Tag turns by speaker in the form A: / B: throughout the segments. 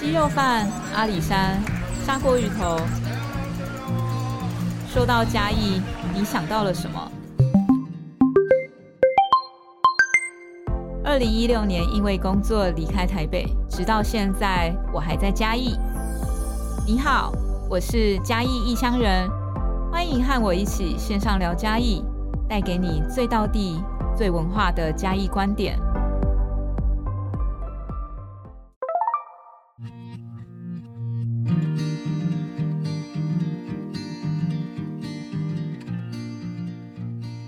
A: 鸡肉饭、阿里山、砂锅鱼头。说到嘉义，你想到了什么？二零一六年因为工作离开台北，直到现在我还在嘉义。你好，我是嘉义异乡人，欢迎和我一起线上聊嘉义，带给你最道地、最文化的嘉义观点。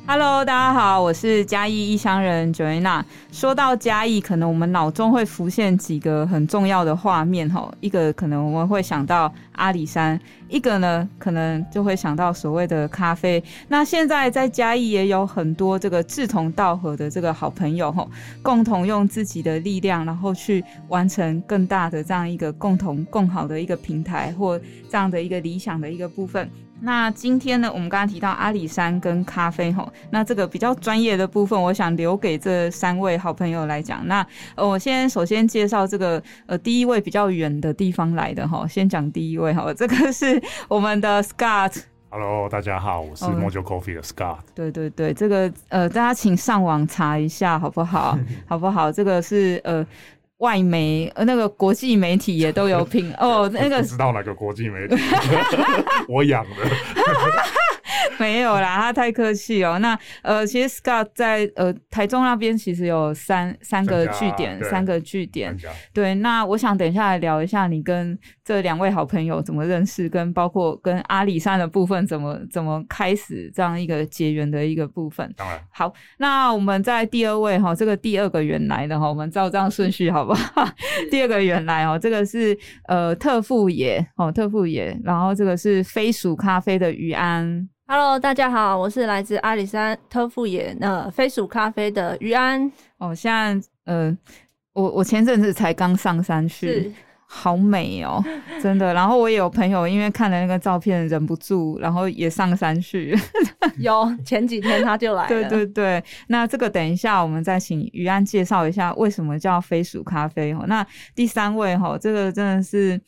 A: Hello，大家好，我是嘉义异乡人 Joanna。说到嘉义，可能我们脑中会浮现几个很重要的画面吼，一个可能我们会想到阿里山，一个呢可能就会想到所谓的咖啡。那现在在嘉义也有很多这个志同道合的这个好朋友吼，共同用自己的力量，然后去完成更大的这样一个共同共好的一个平台或这样的一个理想的一个部分。那今天呢，我们刚刚提到阿里山跟咖啡吼，那这个比较专业的部分，我想留给这三位好朋友来讲。那呃，我先首先介绍这个呃第一位比较远的地方来的哈，先讲第一位哈， 这个是我们的 Scott。
B: Hello，大家好，我是
A: 哦
B: Mojo Coffee 的 Scott。
A: 对对对，这个呃，大家请上网查一下好不好？好不好？这个是呃。外媒呃，那个国际媒体也都有评哦，那
B: 不
A: 个
B: 知道哪个国际 媒体， 我养的。
A: 没有啦，他太客气哦。那呃，其实 Scott 在呃台中那边其实有三三个
B: 三家啊
A: 据点，
B: 对
A: 三个据点
B: 参。加
A: 对，那我想等一下来聊一下你跟这两位好朋友怎么认识，跟包括跟阿里山的部分怎么怎么开始这样一个结缘的一个部分。
B: 当然，
A: 好，那我们在第二位哈，这个第二个原来的哈，我们照这样顺序好不好？ 第二个原来哦，这个是呃特富野哦，特富野，然后这个是飞鼠咖啡的于安，
C: Hello，大家好，我是来自阿里山特富野呃飞鼠咖啡的于安，
A: 哦，现在呃，我我前阵子才刚上山去
C: 是，
A: 好美哦，真的。然后我也有朋友因为看了那个照片忍不住，然后也上山去。
C: 有前几天他就来 了，
A: 对对对，那这个等一下我们再请于安介绍一下为什么叫飞鼠咖啡哦。那第三位哈，这个真的是。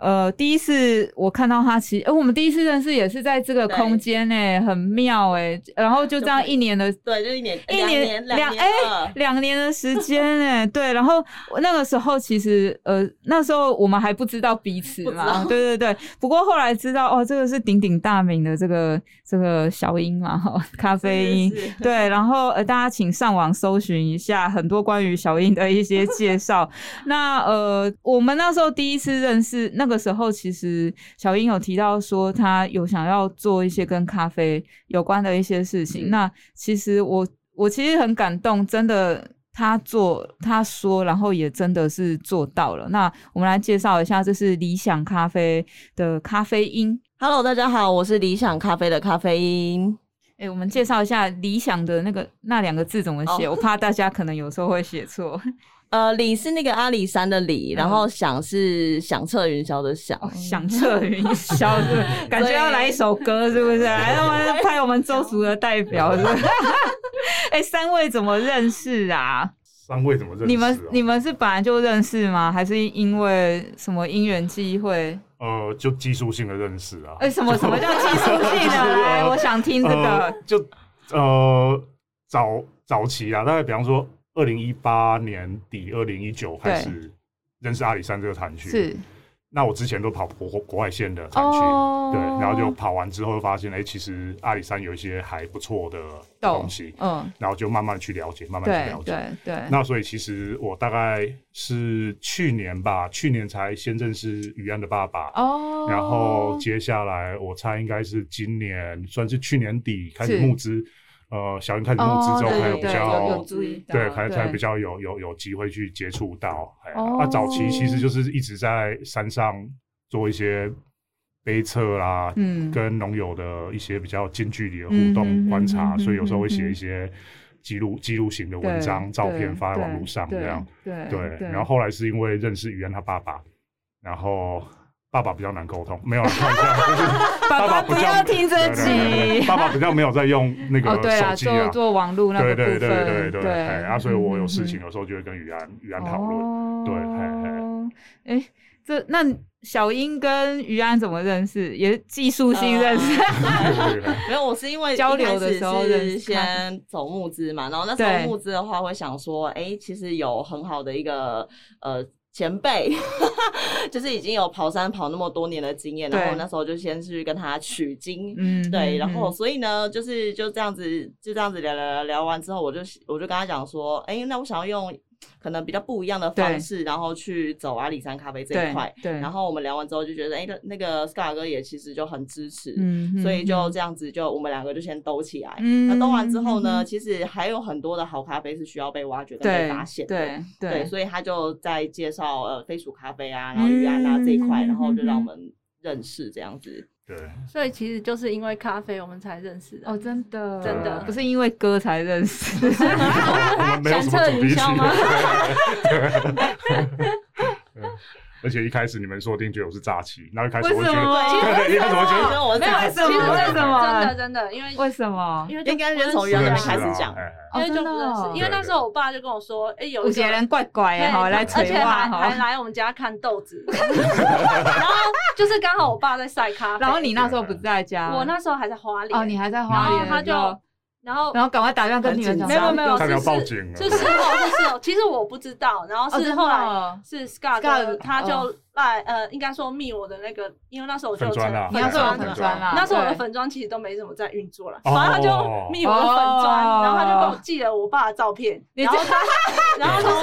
A: 呃，第一次我看到他，其实、呃我们第一次认识也是在这个
D: 对
A: 空间诶、很妙诶、然后就这样
D: 就可以
A: 一年的
D: 对，就一年
A: 一年
D: 年
A: 两
D: 两
A: 哎
D: 了
A: 两年的时间 哎、对，然后那个时候其实呃，那时候我们还不知道彼此
D: 不知
A: 嘛，
D: 道
A: 对对对。不过后来知道哦，这个是鼎鼎大名的这个这个小英嘛，哈，咖啡因。
D: 是是 是
A: 对，然后呃，大家请上网搜寻一下很多关于小英的一些介绍。那呃，我们那时候第一次认识，那个时候其实小英有提到说，她有想要做一些跟咖啡有关的一些事情。那其实我我其实很感动，真的。她做，她说，然后也真的是做到了。那我们来介绍一下，这是理想咖啡的咖啡因。
D: Hello，大家好，我是理想咖啡的咖啡因。
A: 哎、我们介绍一下理想的那个那两个字怎么写我怕大家可能有时候会写错。
D: 呃，李是那个阿里山的李，
A: 嗯哦
D: 然后响是响彻云霄的响。
C: 哦
A: 响彻云霄，是不是感觉要来一首歌，是不是？来，让我们拍我们周族的代表，是不 是？哎、三位怎么认识啊？
B: 三位怎么认识、哦
A: 你们你们是本来就认识吗？还是因为什么因缘际会？
B: 呃，就技术性的认识啊。
A: 哎、什么什么叫技术性 的？来，我想听这
B: 呃
A: 个。，
B: 就呃早早期啊，大概比方说二零一八年底、二零一九开始认识阿里山这个产区。
A: 是，
B: 那我之前都跑国国外线的产区，
A: 哦
B: 对，然后就跑完之后发现，哎、其实阿里山有一些还不错的
A: 懂
B: 东西，
A: 嗯，
B: 然后就慢慢去了解，慢慢去
A: 对
B: 了解。
A: 对对，
B: 那所以其实我大概是去年吧，去年才先认识于安的爸爸，
A: 哦，
B: 然后接下来我猜应该是今年，算是去年底开始
A: 是
B: 募资，呃，小云开始募
A: 哦，
B: 资之
A: 对
B: 后，才
A: 对
B: 有比
A: 对，有有
B: 较。
A: 注意到，
B: 对，才才
A: 对
B: 比较有有有机会去接触到。哎呀
A: 哦
B: 啊，早期其实就是一直在山上做一些杯测啊啦，
A: 嗯
B: 跟农友的一些比较近距离的
A: 嗯
B: 互动
A: 哼
B: 观
A: 嗯
B: 察，
A: 哼
B: 所以有时候会
A: 嗯
B: 写
A: 哼
B: 一些记录记录型的
A: 对
B: 文章、照片
A: 对
B: 发在网
A: 对
B: 络上
A: 对
B: 这样。
A: 对
B: 对，然后后来是因为认识于安他爸爸，然后爸爸比较难沟通，没有啦开玩笑，就是
A: 爸爸
B: 爸
A: 不
B: 比较
A: 要听这
B: 对对对对
A: 集
B: 爸爸比较没有在用那个
A: 哦，对啊，
B: 手机
A: 做
B: 啊。
A: 做网络那个
B: 对
A: 部
B: 对啊
A: 分，
B: 对对对对，哎，啊，所以我有事情
A: 嗯
B: 有时候就会跟于安于
A: 嗯
B: 安讨论，
A: 哦
B: 对嘿嘿
A: 哦，哎，这那小英跟于安怎么认识？也是技术
D: 呃
A: 性认 识，
B: 对对对
D: 没有，我是因为
A: 交流的时候
D: 一开始
A: 认
D: 是
A: 识他
D: 先走募资嘛，然后那时
A: 对
D: 候募资的话，会想说，哎、其实有很好的一个呃前辈， 就是已经有跑山跑那么多年的经验，然
A: 对
D: 后我那时候就先去跟他取经。
A: 嗯，
D: 对，
A: 嗯
D: 然后
A: 嗯
D: 所以呢，就是就这样子，就这样子聊聊聊聊完之后，我就我就跟他讲说，哎，那我想要用可能比较不一样的
A: 对
D: 方式，然后去走阿里山咖啡这一块。
A: 对，
D: 然后我们聊完之后就觉得，哎，那那个 Scar 哥也其实就很支持，
A: 嗯
D: 所以就这样子，就我们两个就先兜起来。
A: 嗯
D: 那兜完之后
A: 嗯嗯
D: 呢，
A: 嗯
D: 其实还有很多的好咖啡是需要被挖掘跟被
A: 对
D: 发现的。
A: 对
D: 对，所以他就在介绍呃飞鼠咖啡啊，然后鱼安啊
A: 嗯
D: 这一块，
A: 嗯
D: 然后就让
A: 嗯
D: 我们认识这样子。
B: 对
C: 所以其实就是因为咖啡我们才认识的。
A: 哦，真的
C: 真的
A: 不是因为歌才认识，
B: 我们没有什么主题曲
C: 闪测营销 吗。
B: 对而且一开始你们说定觉得我是诈欺，然后一开始我
A: 为
B: 就
A: 什
B: 觉得，
A: 么
B: 对对，一开始我觉得
D: 我
A: 没有为什么
C: 其实
A: 为
C: 真
A: 什
C: 的
A: 么
C: 真的真的，因为
A: 为什么？
C: 因为就
D: 应该
C: 不
D: 先从
C: 认识
B: 不认
D: 原来
C: 啊
B: 识
D: 开始讲
B: 啊，哎哎
C: 因为就不认识，
A: 哦
C: 因为那时候我爸就跟我说，哎，有
A: 五
C: 一
A: 节
C: 个
A: 人怪怪
C: 对
A: 欸，好来
C: 而
A: 催
C: 且
A: 化
C: 还还
A: 哈。
C: 来我们家看豆子， 然后就是刚好我爸在晒咖啡，
A: 然后你那时候不在家，
C: 我那时候还在花莲，
A: 哦你还在
C: 然
A: 花
C: 后
A: 莲，
C: 他就然后
A: 然后赶快打电话跟你们讲，哦
D: 很紧张
C: 没有没有
B: 差点要
C: 哦是
B: 报警了，啊
C: 是事后是事后，其实我不知道，然后
A: 哦
C: 是
A: 真的
C: 后来
A: 哦
C: 是 Scar
A: Scar-
C: 哥他就
A: 哦
C: 来呃，应该说密我的那个，因为那时候我就
B: 粉
C: 有
B: 砖啦
C: 成，
A: 你要
C: 粉
A: 做我
C: 砖
A: 粉
B: 粉
A: 砖
B: 砖
A: 啦，
C: 啊那时候我的
A: 对
C: 粉砖其实都没怎么在运作了，
B: 哦
C: 反正他就密我的粉砖，
A: 哦
C: 然后他就跟我寄了我爸的照片，
A: 你
C: 然后他然 后他说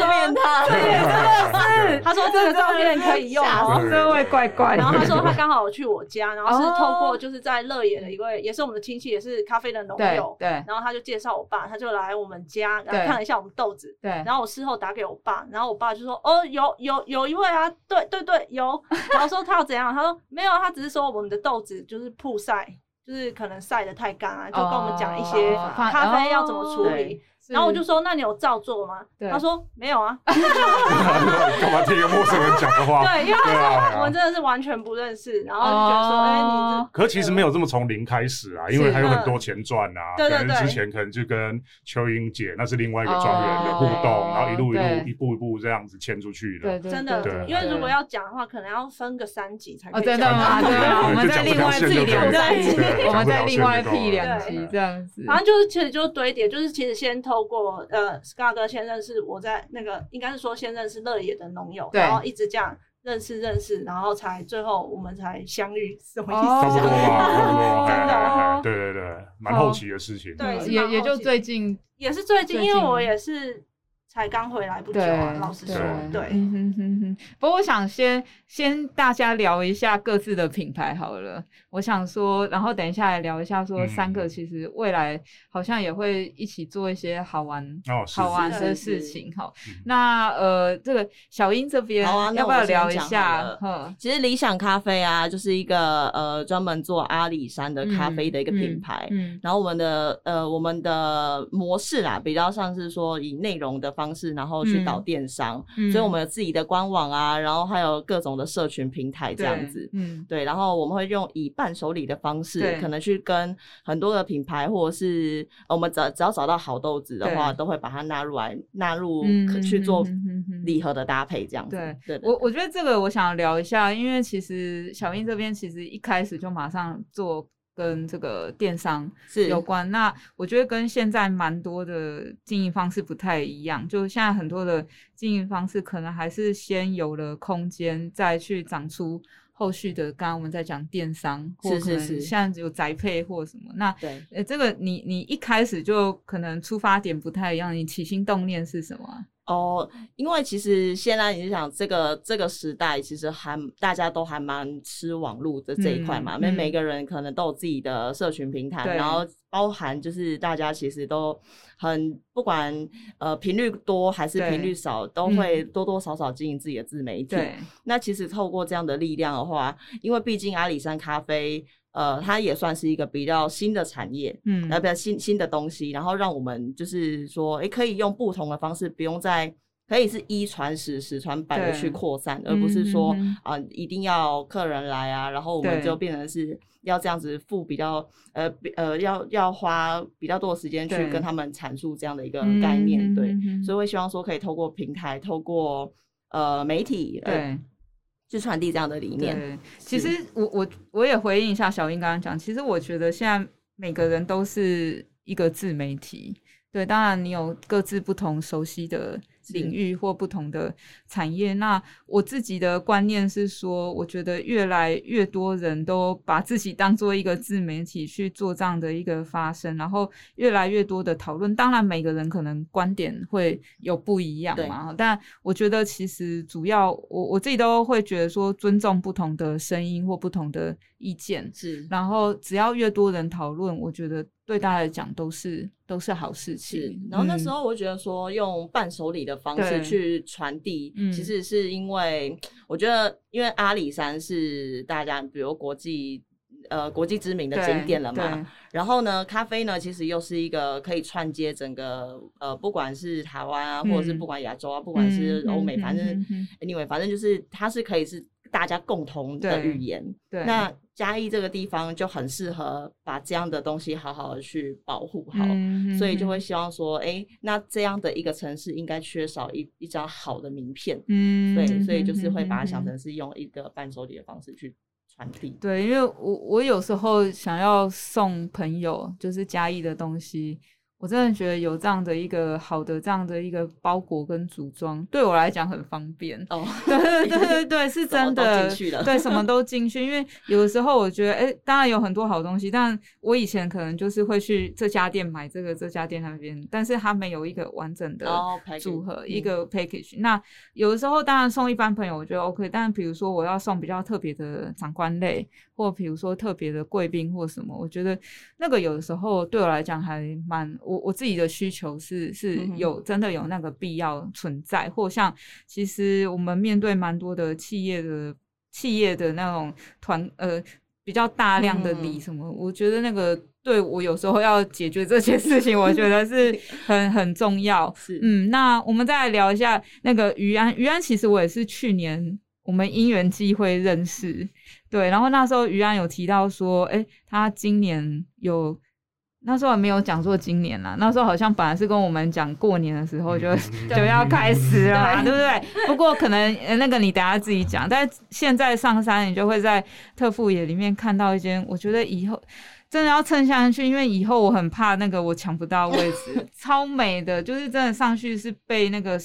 B: 是
C: 他说这个照片可以用哦。
B: 对
A: 这位怪怪的，
C: 然后他 说他刚好去我家，然后是
A: 哦
C: 透过就是在乐野的一位，也是我们的亲戚，也是咖啡的农
A: 对
C: 友，
A: 对
C: 然后他就介绍我爸，他就来我们家，然
A: 对
C: 后看了一下我们豆子，
A: 对，
C: 然后我事后打给我爸，然后我爸就说：“哦，有有有一位啊，对对对，有。”然后说他要怎样？他说没有，啊他只是说我们的豆子就是曝晒，就是可能晒得太干啊，就跟我们讲一些
A: 哦
C: 咖啡要怎么处理。
D: 对
C: 然后我就说：“那你有照做吗？”
A: 对
C: 他说：“没有啊。
B: 干嘛听一个陌生人讲的”话？
C: 对，因为
B: 对啊，
C: 我们真的是完全不认识，然后就觉得说：“
A: 哦
C: 哎，你这……”
B: 可是其实没有这么从零开始啊，因为还有很多钱赚啊。
C: 对对
B: 可
C: 对
B: 能之前可能就跟秋英姐那是另外一个庄园的互动，
A: 哦
B: 然后一路一
A: 对
B: 路一步一步这样子迁出去的。
A: 对对，
C: 真的
B: 对，对
C: 因为如果要讲的话，可能要分个三集才可
A: 哦，
C: 以
A: 真
C: 讲
A: 的
C: 完。
A: 吗？对啊，我们再另外辟两集，
B: 对
A: 我们再另外辟两
C: 对
A: 集这样子。
C: 反正就是其实就是堆叠，就是其实先透过呃，Scar 哥先认识我在那个应该是说先认识乐野的农友，
A: 对
C: 然后一直这样认识认识，然后才最后我们才相遇，什么意思？
B: 哦差不多吧，差不 多。哎
C: 真的
B: 哎
A: 哦
B: 哎对对对，蛮好奇的事情。
C: 对
A: 也也就最近
C: 也是最近，
A: 最近
C: 因为我也是才刚回来不久啊，
A: 对
C: 老实
A: 对
C: 说，对。
A: 嗯哼哼哼，不过我想先先大家聊一下各自的品牌好了。我想说，然后等一下来聊一下，说
B: 嗯
A: 三个其实未来好像也会一起做一些好玩。
B: 哦，是
A: 好啊玩的事
D: 是是
A: 情哈
B: 嗯，
A: 那呃，这个小英这边
D: 好啊那
A: 要不
D: 我
A: 要
D: 先
A: 聊一
D: 讲好
A: 下
D: 了？
A: 哼，
D: 其实理想咖啡啊，就是一个呃专门做阿里山的咖啡的一个品牌。
A: 嗯，
D: 然后我们的呃我们的模式啊，比较像是说以内容的方式，然后去导
A: 嗯
D: 电商，
A: 嗯
D: 所以我们有自己的官网啊，然后还有各种的社群平台这样子。
A: 对嗯，
D: 对，然后我们会用以伴手礼的方
A: 对
D: 式，可能去跟很多的品牌，或者是呃我们只只要找到好豆子的话，
A: 对
D: 都会把它纳入来纳入
A: 嗯
D: 可
A: 嗯
D: 去做
A: 嗯嗯嗯嗯
D: 礼盒的搭配这样子。
A: 对
D: 对对
A: 我我觉得这个我想聊一下，因为其实小英这边其实一开始就马上做跟这个电商
D: 是
A: 有关。那我觉得跟现在蛮多的经营方式不太一样，就现在很多的经营方式可能还是先有了空间，再去长出后续的。刚刚我们在讲电商，或
D: 是
A: 可
D: 是
A: 能
D: 是
A: 现在有宅配或什么。那
D: 对。
A: 呃，这个你你一开始就可能出发点不太一样，你起心动念是什么啊？
D: 哦，因为其实现在你是想这个这个时代，其实还大家都还蛮吃网络的这一块嘛，
A: 嗯
D: 每、
A: 嗯
D: 每个人可能都有自己的社群平台，
A: 对
D: 然后包含就是大家其实都很不管呃频率多还是
A: 对
D: 频率少，都
A: 嗯
D: 会多多少少经营自己的自媒体。
A: 对，
D: 那其实透过这样的力量的话，因为毕竟阿里山咖啡，呃，它也算是一个比较新的产业，
A: 嗯
D: 然后比较新新的东西，然后让我们就是说，诶，可以用不同的方式，不用再可以是一传十，十传百的
A: 对
D: 去扩散，而不是说啊、
A: 嗯嗯
D: 一定要客人来啊，然后我
A: 对
D: 们就变成是要这样子付比较呃比呃要要花比较多的时间去
A: 对
D: 呃跟他们阐述这样的一个概念，对。
A: 嗯
D: 所以我也希望说可以透过平台，透过呃媒体，呃，
A: 对
D: 去传递这样的理念。
A: 对，其
D: 是
A: 实我我我也回应一下小英刚刚讲，其实我觉得现在每个人都是一个自媒体。对，当然你有各自不同熟悉的领域或不同的产业。那我自己的观念是说，我觉得越来越多人都把自己当做一个自媒体去做这样的一个发声，然后越来越多的讨论。当然，每个人可能观点会有不一样
D: 对
A: 嘛，啊但我觉得其实主要我我自己都会觉得说，尊重不同的声音或不同的意见，
D: 是
A: 然后只要越多人讨论，我觉得对大家来讲都是都是好事
D: 是
A: 情。，
D: 然后那时
A: 嗯、
D: 候我觉得说用伴手礼的方
A: 对
D: 式去传递，
A: 嗯
D: 其实是因为我觉得，因为阿里山是大家比如国际呃国际知名的景点了嘛，然后呢，咖啡呢其实又是一个可以串接整个呃不管是台湾啊，或者是
A: 嗯
D: 不管亚洲啊，不
A: 不
D: 管是欧美，反正
A: 嗯嗯
D: anyway，反正就是它是可以是大家共同的
A: 对
D: 语言，
A: 嗯对
D: 那嘉义这个地方就很适合把这样的东西好好的去保护好，
A: 嗯
D: 所以就会希望说，哎、那这样的一个城市应该缺少一一张好的名片，
A: 嗯
D: 对，所以就是会把它
A: 成。嗯嗯嗯
D: 想
A: 嗯
D: 成是用一个伴手礼的方式去传递。
A: 对，因为我我有时候想要送朋友，就是嘉义的东西，我真的觉得有这样的一个好的这样的一个包裹跟组装，对我来讲很方便。
D: 哦，
A: 对对对对对，是
D: 什么
A: 真
D: 都
A: 的
D: 进去了，
A: 对，什么都进去。因为有的时候我觉得，哎、当然有很多好东西，但我以前可能就是会去这家店买这个，这家店那边，但是它没有一个完整的
D: 哦，package，
A: 组合、
D: 嗯
A: 一个 package。那有的时候当然送一般朋友我觉得 OK，但比如说我要送比较特别的长官类，或比如说特别的贵宾或什么，我觉得那个有的时候对我来讲还蛮我我自己的需求是是
D: 嗯哼
A: 有、真的有那个必要存在，或像其实我们面对蛮多的企业的企业的那种团呃。比较大量的
D: 嗯
A: 礼什么，我觉得那个对我有时候要解决这些事情，我觉得 是很很重要。
D: 是，
A: 嗯，那我们再来聊一下那个于安。于安其实我也是去年我们因缘机会认识，对。然后那时候于安有提到说，哎、他今年有那时候还没有讲说今年啦，那时候好像本来是跟我们讲过年的时
B: 嗯
A: 候就、就要开始了嘛，对不对？不过可能呃那个你等一下自己讲，但现在上山你就会在特富野里面看到一间，我觉得以后真的要蹭下去，因为以后我很怕那个我抢不到位置，超美的，就是真的上去是被那个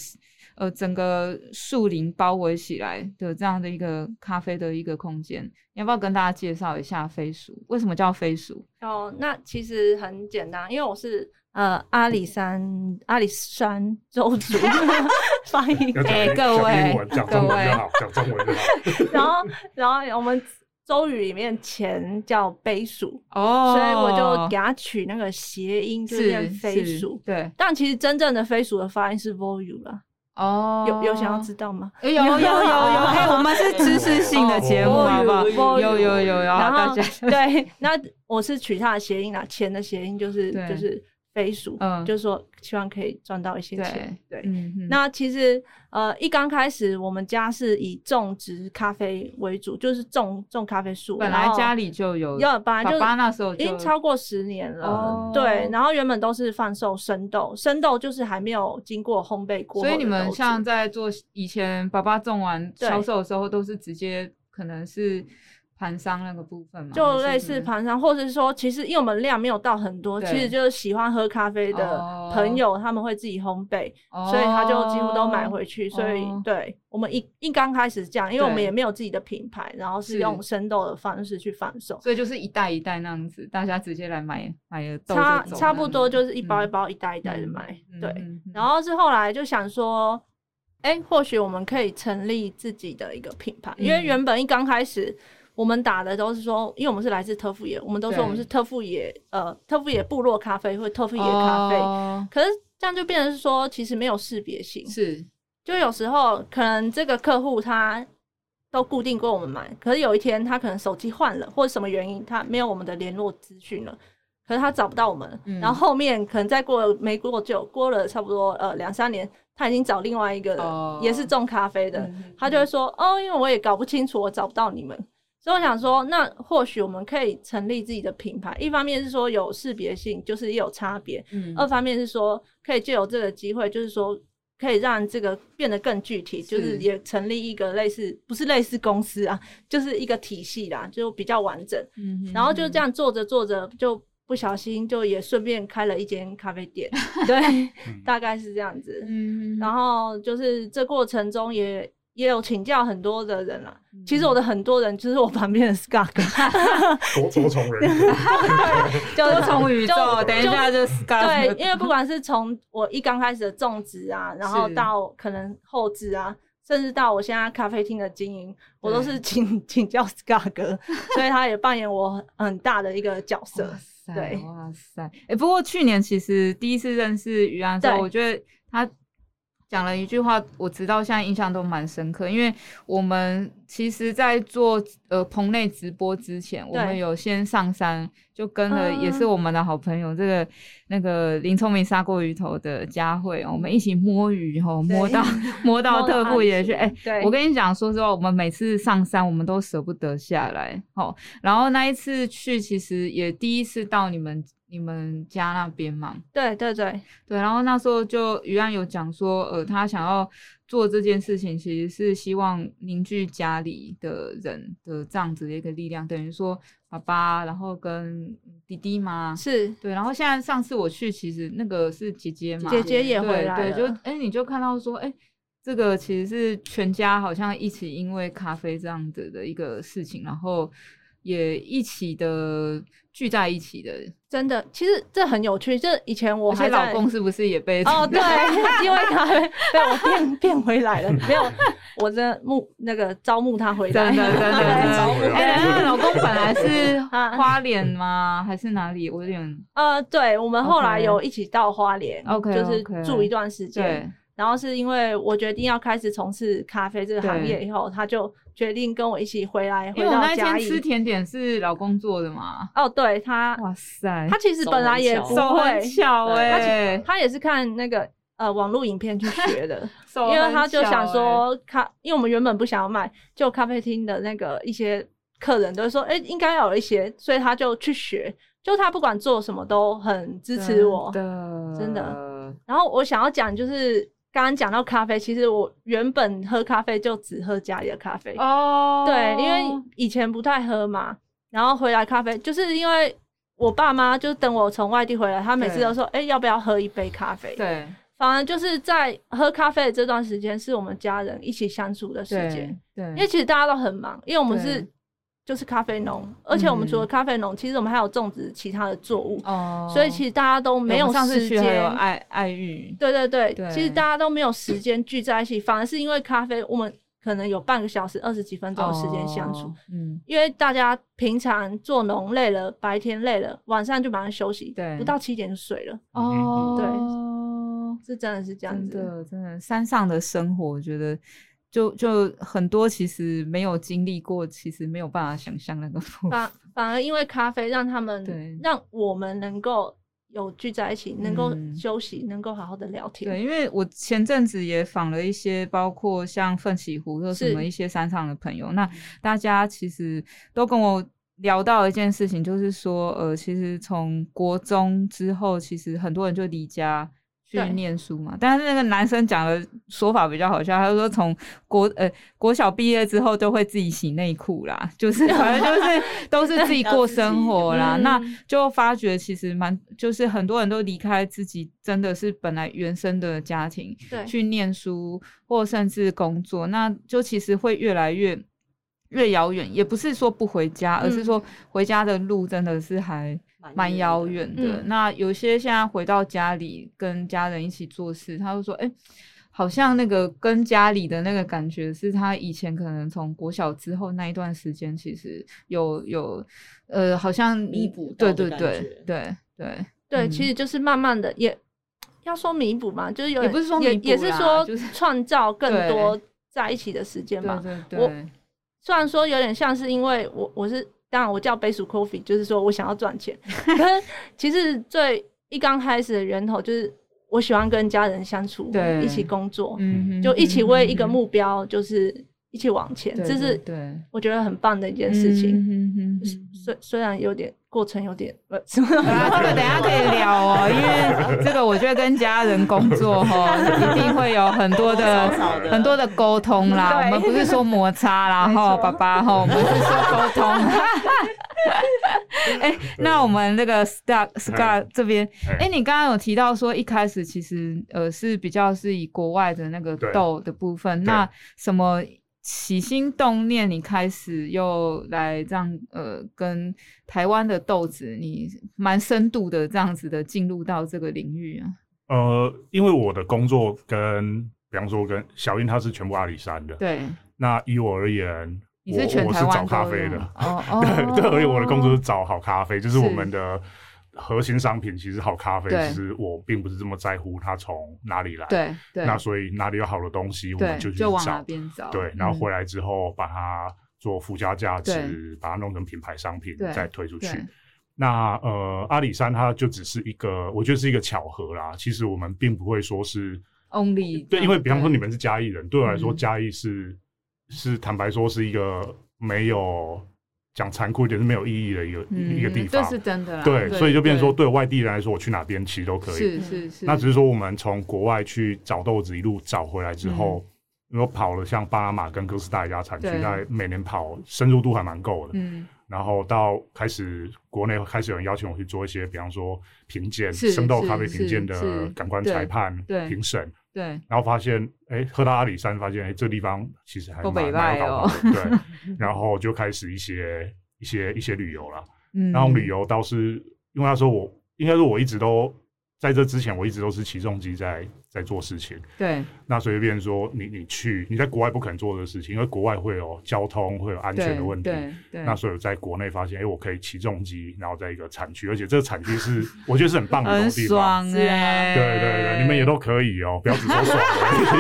A: 呃整个树林包围起来的这样的一个咖啡的一个空间。你要不要跟大家介绍一下飞鼠？为什么叫飞鼠？
C: 哦，那其实很简单，因为我是呃阿里山阿里山州族 发音，
B: 要讲
A: 哎
B: 英
A: 各位
B: 讲英文讲中
A: 各
B: 文
A: 位
B: 就好，讲中文就好。
C: 然后然后我们州语里面钱叫杯鼠，
A: 哦，
C: 所以我就给它取那个谐音，就是念飞鼠
A: 是。对
C: 但其实真正的飞鼠的发音是 volume 啦，
A: 哦，
C: 有有想要知道吗？
A: 有有有有有，哎，我们是知识性的节目，
D: 哦
A: 好不好？
D: 哦
A: 有有有有，好
C: 然
A: 大
C: 后
A: 家
C: 对，那我是取它的谐音啦，钱的谐音就是
A: 对
C: 就是飞鼠，
A: 嗯
C: 就是说希望可以赚到一些钱
A: 对，
C: 对。
A: 嗯嗯
C: 那其实呃，一刚开始我们家是以种植咖啡为主，就是种种咖啡树。
A: 本
C: 然
A: 来
C: 后
A: 家里就有，
C: 要本来就
A: 爸爸那时候
C: 已
A: 就
C: 经超过十年了。
A: 哦，
C: 对，然后原本都是贩售生豆，生豆就是还没有经过烘焙过后
A: 所
C: 的豆子，
A: 以你们像在做以前爸爸种完
C: 对
A: 销售的时候，都是直接可能是盘商那个部分嘛，
C: 就
A: 还
C: 类
A: 是什
C: 似
A: 么
C: 盘商，或者是说，其实因为我们量没有到很多，
A: 对
C: 其实就是喜欢喝咖啡
A: 哦
C: 的朋友，他们会自己烘焙，所以他就几乎都买回去。所以
A: 哦
C: 对我们一一刚开始这样，因为我们
A: 对
C: 也没有自己的品牌，然后
A: 是
C: 是用生豆的方式去贩售，
A: 所以就是一袋一袋那样子，大家直接来买买了豆就走
C: 差
A: 那
C: 差不
A: 样
C: 多
A: 子
C: 就是一包一包、一袋一袋的买。
A: 嗯
C: 对，
A: 嗯嗯
C: 然后是后来就想说，哎、或许我们可以成立自己的一个品牌，因为
A: 嗯
C: 原本一刚开始。我们打的都是说，因为我们是来自特富野，我们都说
A: 对
C: 我们是特富野，呃，特富野部落咖啡或特富野咖啡。
A: 哦
C: 可是这样就变成是说，其实没有识别性，
A: 是
C: 就有时候可能这个客户他都固定跟我们买，可是有一天他可能手机换了，或者什么原因，他没有我们的联络资讯了。可是他找不到我们，
A: 嗯
C: 然后后面可能再过了没过久，过了差不多呃两三年，他已经找另外一个人，
A: 哦
C: 也是种咖啡的，
A: 嗯
C: 他就会说哦，因为我也搞不清楚，我找不到你们，所以我想说，那或许我们可以成立自己的品牌，一方面是说有识别性，就是也有差别，
A: 嗯
C: 二方面是说可以借由这个机会，就是说可以让这个变得更具体，就是
A: 是
C: 也成立一个类似不是类似公司啊，就是一个体系啦，就比较完整。
A: 嗯
C: 然后就这样做着做着就。不小心就也顺便开了一间咖啡 店，对，大概是这样子。
A: 嗯
C: 然后就是这过程中也也有请教很多的人啦。其实我
A: 的
C: 的很多人就是我旁边的 Scott，
B: 多多重人
A: 哎
B: 格，
C: 就
A: 多重宇宙，
C: 就
A: 等一下就 Scar
C: 对，因为不管是从我一刚开始的种植啊，然后
A: 是
C: 到可能后置啊，甚至到我现在咖啡厅的经营，我都
A: 对
C: 是请请教 Scott 哥， 所以他也扮演我很大的一个角色
A: 哇。塞，
C: 对
A: 哇塞，哎、不过去年其实第一次认识于安的时候，
C: 对
A: 我觉得他讲了一句话，我直到现在印象都蛮深刻，因为我们其实，在做呃棚内直播之前，我们有先上山，就跟了
C: 嗯
A: 也是我们的好朋友，这个那个林聪明砂锅鱼头的佳慧，我们一起摸鱼哦，
C: 对
A: 摸到摸到
C: 摸到
A: 特
C: 爱
A: 富也去，
C: 情
A: 哎、
C: 对，
A: 我跟你讲，说实话，我们每次上山，我们都舍不得下来。哦，然后那一次去，其实也第一次到你们你们家那边嘛。
C: 对对对
A: 对，然后那时候就于安有讲说，呃，他想要做这件事情，其实是希望凝聚家里的人的这样子的一个力量，等于说爸爸，然后跟弟弟嘛。
C: 是。
A: 对，然后现在上次我去，其实那个是姐姐嘛，
C: 姐姐也回
A: 对
C: 来
A: 对，
C: 了
A: 就哎、你就看到说，哎、这个其实是全家好像一起因为咖啡这样子的一个事情，然后也一起的聚在一起的，
C: 真的，其实这很有趣。这以前我
A: 而且
C: 还
A: 老
C: 在
A: 公是不是也被
C: 哦，对，因为他被我变变回来了，没有，我真的募那个招募他回 来，
A: 真的真的真
B: 找回
A: 的，哎、
B: 来
A: 那老公本来是
C: 啊
A: 花脸吗？还是哪里？我有点
C: 呃，对，我们后来
A: OK 哦
C: 有一起到花莲
A: OK，
C: 就是
A: OK
C: 住一段时间。
A: 对
C: 然后是因为我决定要开始从事咖啡这个行业
A: 对
C: 以后，他就决定跟我一起回来，回
A: 因为我
C: 到
A: 那一
C: 嘉
A: 天吃
C: 义。
A: 甜点是老公做的嘛，
C: 哦，对他，
A: 哇塞
C: 他，其实本来也不
A: 手
C: 会
A: 很，巧
D: 对
A: 哎、
C: 他也是看那个呃网络影片去学的，
A: 手
C: 因
A: 很
C: 为他就
A: 巧
C: 想
A: 哎
C: 说咖，因为我们原本不想要卖，就咖啡厅的那个一些客人都会说，哎，应该要有一些，所以他就去学。就他不管做什么都很支持我，
A: 的
C: 真的然后我想要讲就是刚刚讲到咖啡，其实我原本喝咖啡就只喝家里的咖啡，
A: 哦，
C: 对，因为以前不太喝嘛，然后回来咖啡，就是因为我爸妈就等我从外地回来，他每次
A: 对
C: 都说，哎、要不要喝一杯咖啡？，
A: 对
C: 反而就是在喝咖啡的这段时间，是我们家人一起相处的时间
A: 对，对，
C: 因为其实大家都很忙，因为我们是
A: 对。嗯
C: 就是咖啡农，而且我们除了咖啡农，其实我们还有种植其他的作物，
A: 哦，
C: 所以其实大家都没
A: 我
C: 有
A: 们上次
C: 时
A: 去还有
C: 间
A: 爱爱玉，
C: 对对对，
A: 对
C: 其实大家都没有时间聚在一起，反而是因为咖啡，我们可能有半个小时、二十几分钟的时间相处。
A: 哦，嗯，
C: 因为大家平常做农累了，白天累了，晚上就马上休息，
A: 对
C: 不到七点就睡了，
A: 哦，
C: 对是真的是这样
A: 真
C: 子。
A: 的真的山上的生活，我觉得。就就很多其实没有经历过，其实没有办法想象那个 部分。
C: 反反而因为咖啡让他
A: 对
C: 们让我们能够有聚在一起，能够
A: 嗯
C: 休息，能够好好的聊天。
A: 对，因为我前阵子也访了一些，包括像奋起湖或什么
C: 是嗯
A: 一些山上的朋友，那大家其实都跟我聊到一件事情，就是说，呃，其实从国中之后，其实很多人就离家。去
C: 对
A: 念书嘛，但是那个男生讲的说法比较好笑，他就说从国呃国小毕业之后都会自己洗内裤啦，就是 反正就是都是自己过生活啦。
C: 嗯
A: 那就发觉其实蛮就是很多人都离开自己真的是本来原生的家庭，
C: 对
A: 去念书或甚至工作，那就其实会越来越越遥远。也不是说不回家，而是
C: 嗯
A: 说回家的路真的是还蛮遥远的。
C: 嗯
A: 那有些现在回到家里跟家人一起做事，他就说：“哎、好像那个跟家里的那个感觉，是他以前可能从国小之后那一段时间，其实有有呃，好像
D: 弥补到
A: 对对
D: 的感
A: 对
D: 觉
A: 对对，
C: 对，
A: 嗯
C: 其实就是慢慢的也要说弥补嘛，就是有
A: 也不是说
C: 也
A: 弥补
C: 也是
A: 啦
C: 说
A: 就是
C: 创造更多在一起的时间
A: 对
C: 嘛。
A: 对
C: 我
A: 对，
C: 虽然说有点像是因为我我是当然我叫 Basic Coffee，就是说我想要赚钱，可是其实最一刚开始的源头就是我喜欢跟家人相处，
A: 对
C: 一起工作，
A: 嗯哼，
C: 就一起为一个
A: 嗯哼
C: 目标就是一起往前，
A: 对
C: 这是
A: 对
C: 我觉得很棒的一件事情。
A: 嗯嗯嗯嗯
C: 虽虽然有点过程有点，呃
A: 啊，这个等一下可以聊哦，因为这个我觉得跟家人工 作哈、一定会有很多的
D: 多少的
A: 很多的沟通啦。
C: 对
A: 我们不是说摩擦啦，然后
C: 没错
A: 爸爸哈，我们是说沟 通。哎、那我们那个 Scott
B: 嗯
A: Scott 这边，
B: 哎
A: 哎、你刚刚有提到说一开始其实呃是比较是以国外的那个
B: 对
A: 豆的部分，
B: 对
A: 那什么起心动念，你开始又来这样呃跟台湾的豆子，你蛮深度的这样子的进入到这个领域啊，
B: 呃，因为我的工作跟，比方说跟小英，她是全部阿里山的。
A: 对，
B: 那以我而言，
A: 你是
B: 我
A: 全
B: 我
A: 台
B: 是找
A: 湾
B: 咖
A: 都
B: 啡
A: 有
B: 的。
A: 哦哦，
B: 对，对，而且我的工作是找好咖啡，就是我
A: 是
B: 们的核心商品，其实好咖啡，
A: 对
B: 其实我并不是这么在乎它从哪里来。，
A: 对对
B: 那所以哪里有好的东西，我
A: 对
B: 们就去
A: 往哪
B: 找。
A: 边找，
B: 对，然后
A: 嗯
B: 回来之后把它做附加价值
A: 对，
B: 把它弄成品牌商品
A: 对
B: 再推出去
A: 对。
B: 那呃，阿里山它就只是一个，我觉得是一个巧合啦。其实我们并不会说是
A: only 这
B: 对，
A: 样
B: 因为比方说你们是嘉义人，对我来说
A: 嗯
B: 嘉义是是坦白说是一个没有讲残酷一点是没有意义的一个
A: 嗯
B: 一个地
A: 这
B: 方
A: 是。真的啦，
B: 对，所以就变成说，
A: 对
B: 对外地人来说，我去哪边其实都可以。
A: 是是是，
B: 那只是说我们从国外去找豆子，一路找回来之后，如果跑了像巴拿马跟哥斯达黎加产区，
A: 嗯对
B: 大概每年跑深入度还蛮够的。
A: 嗯
B: 然后到开始国内开始有人邀请我去做一些，比方说评鉴
A: 是
B: 生豆咖啡
A: 是
B: 评鉴
A: 是
B: 的
A: 是
B: 感官
A: 对
B: 裁判
A: 对
B: 评审，
A: 对
B: 然后发现哎，喝到阿里山发现哎这地方其实还
A: 都
B: 蛮
A: 北
B: 蛮有
A: 赖
B: 搞
A: 哦
B: 头的， 对，然后就开始一些一些一些旅游了。
A: 嗯，
B: 然后旅游倒是因为那时候我应该说我一直都在这之前我一直都是起重机在在做事情，
A: 对
B: 那所以变成说你你去你在国外不肯做的事情，因为国外会有交通会有安全的问题。
A: 对对，
B: 那所以我在国内发现，哎、我可以起重机，然后在一个产区，而且这个产区是我觉得是很棒的一
A: 很
B: 种地方。
A: 爽
D: 是
A: 哎、
D: 啊
B: 对对对，你们也都可以哦，不要只说爽而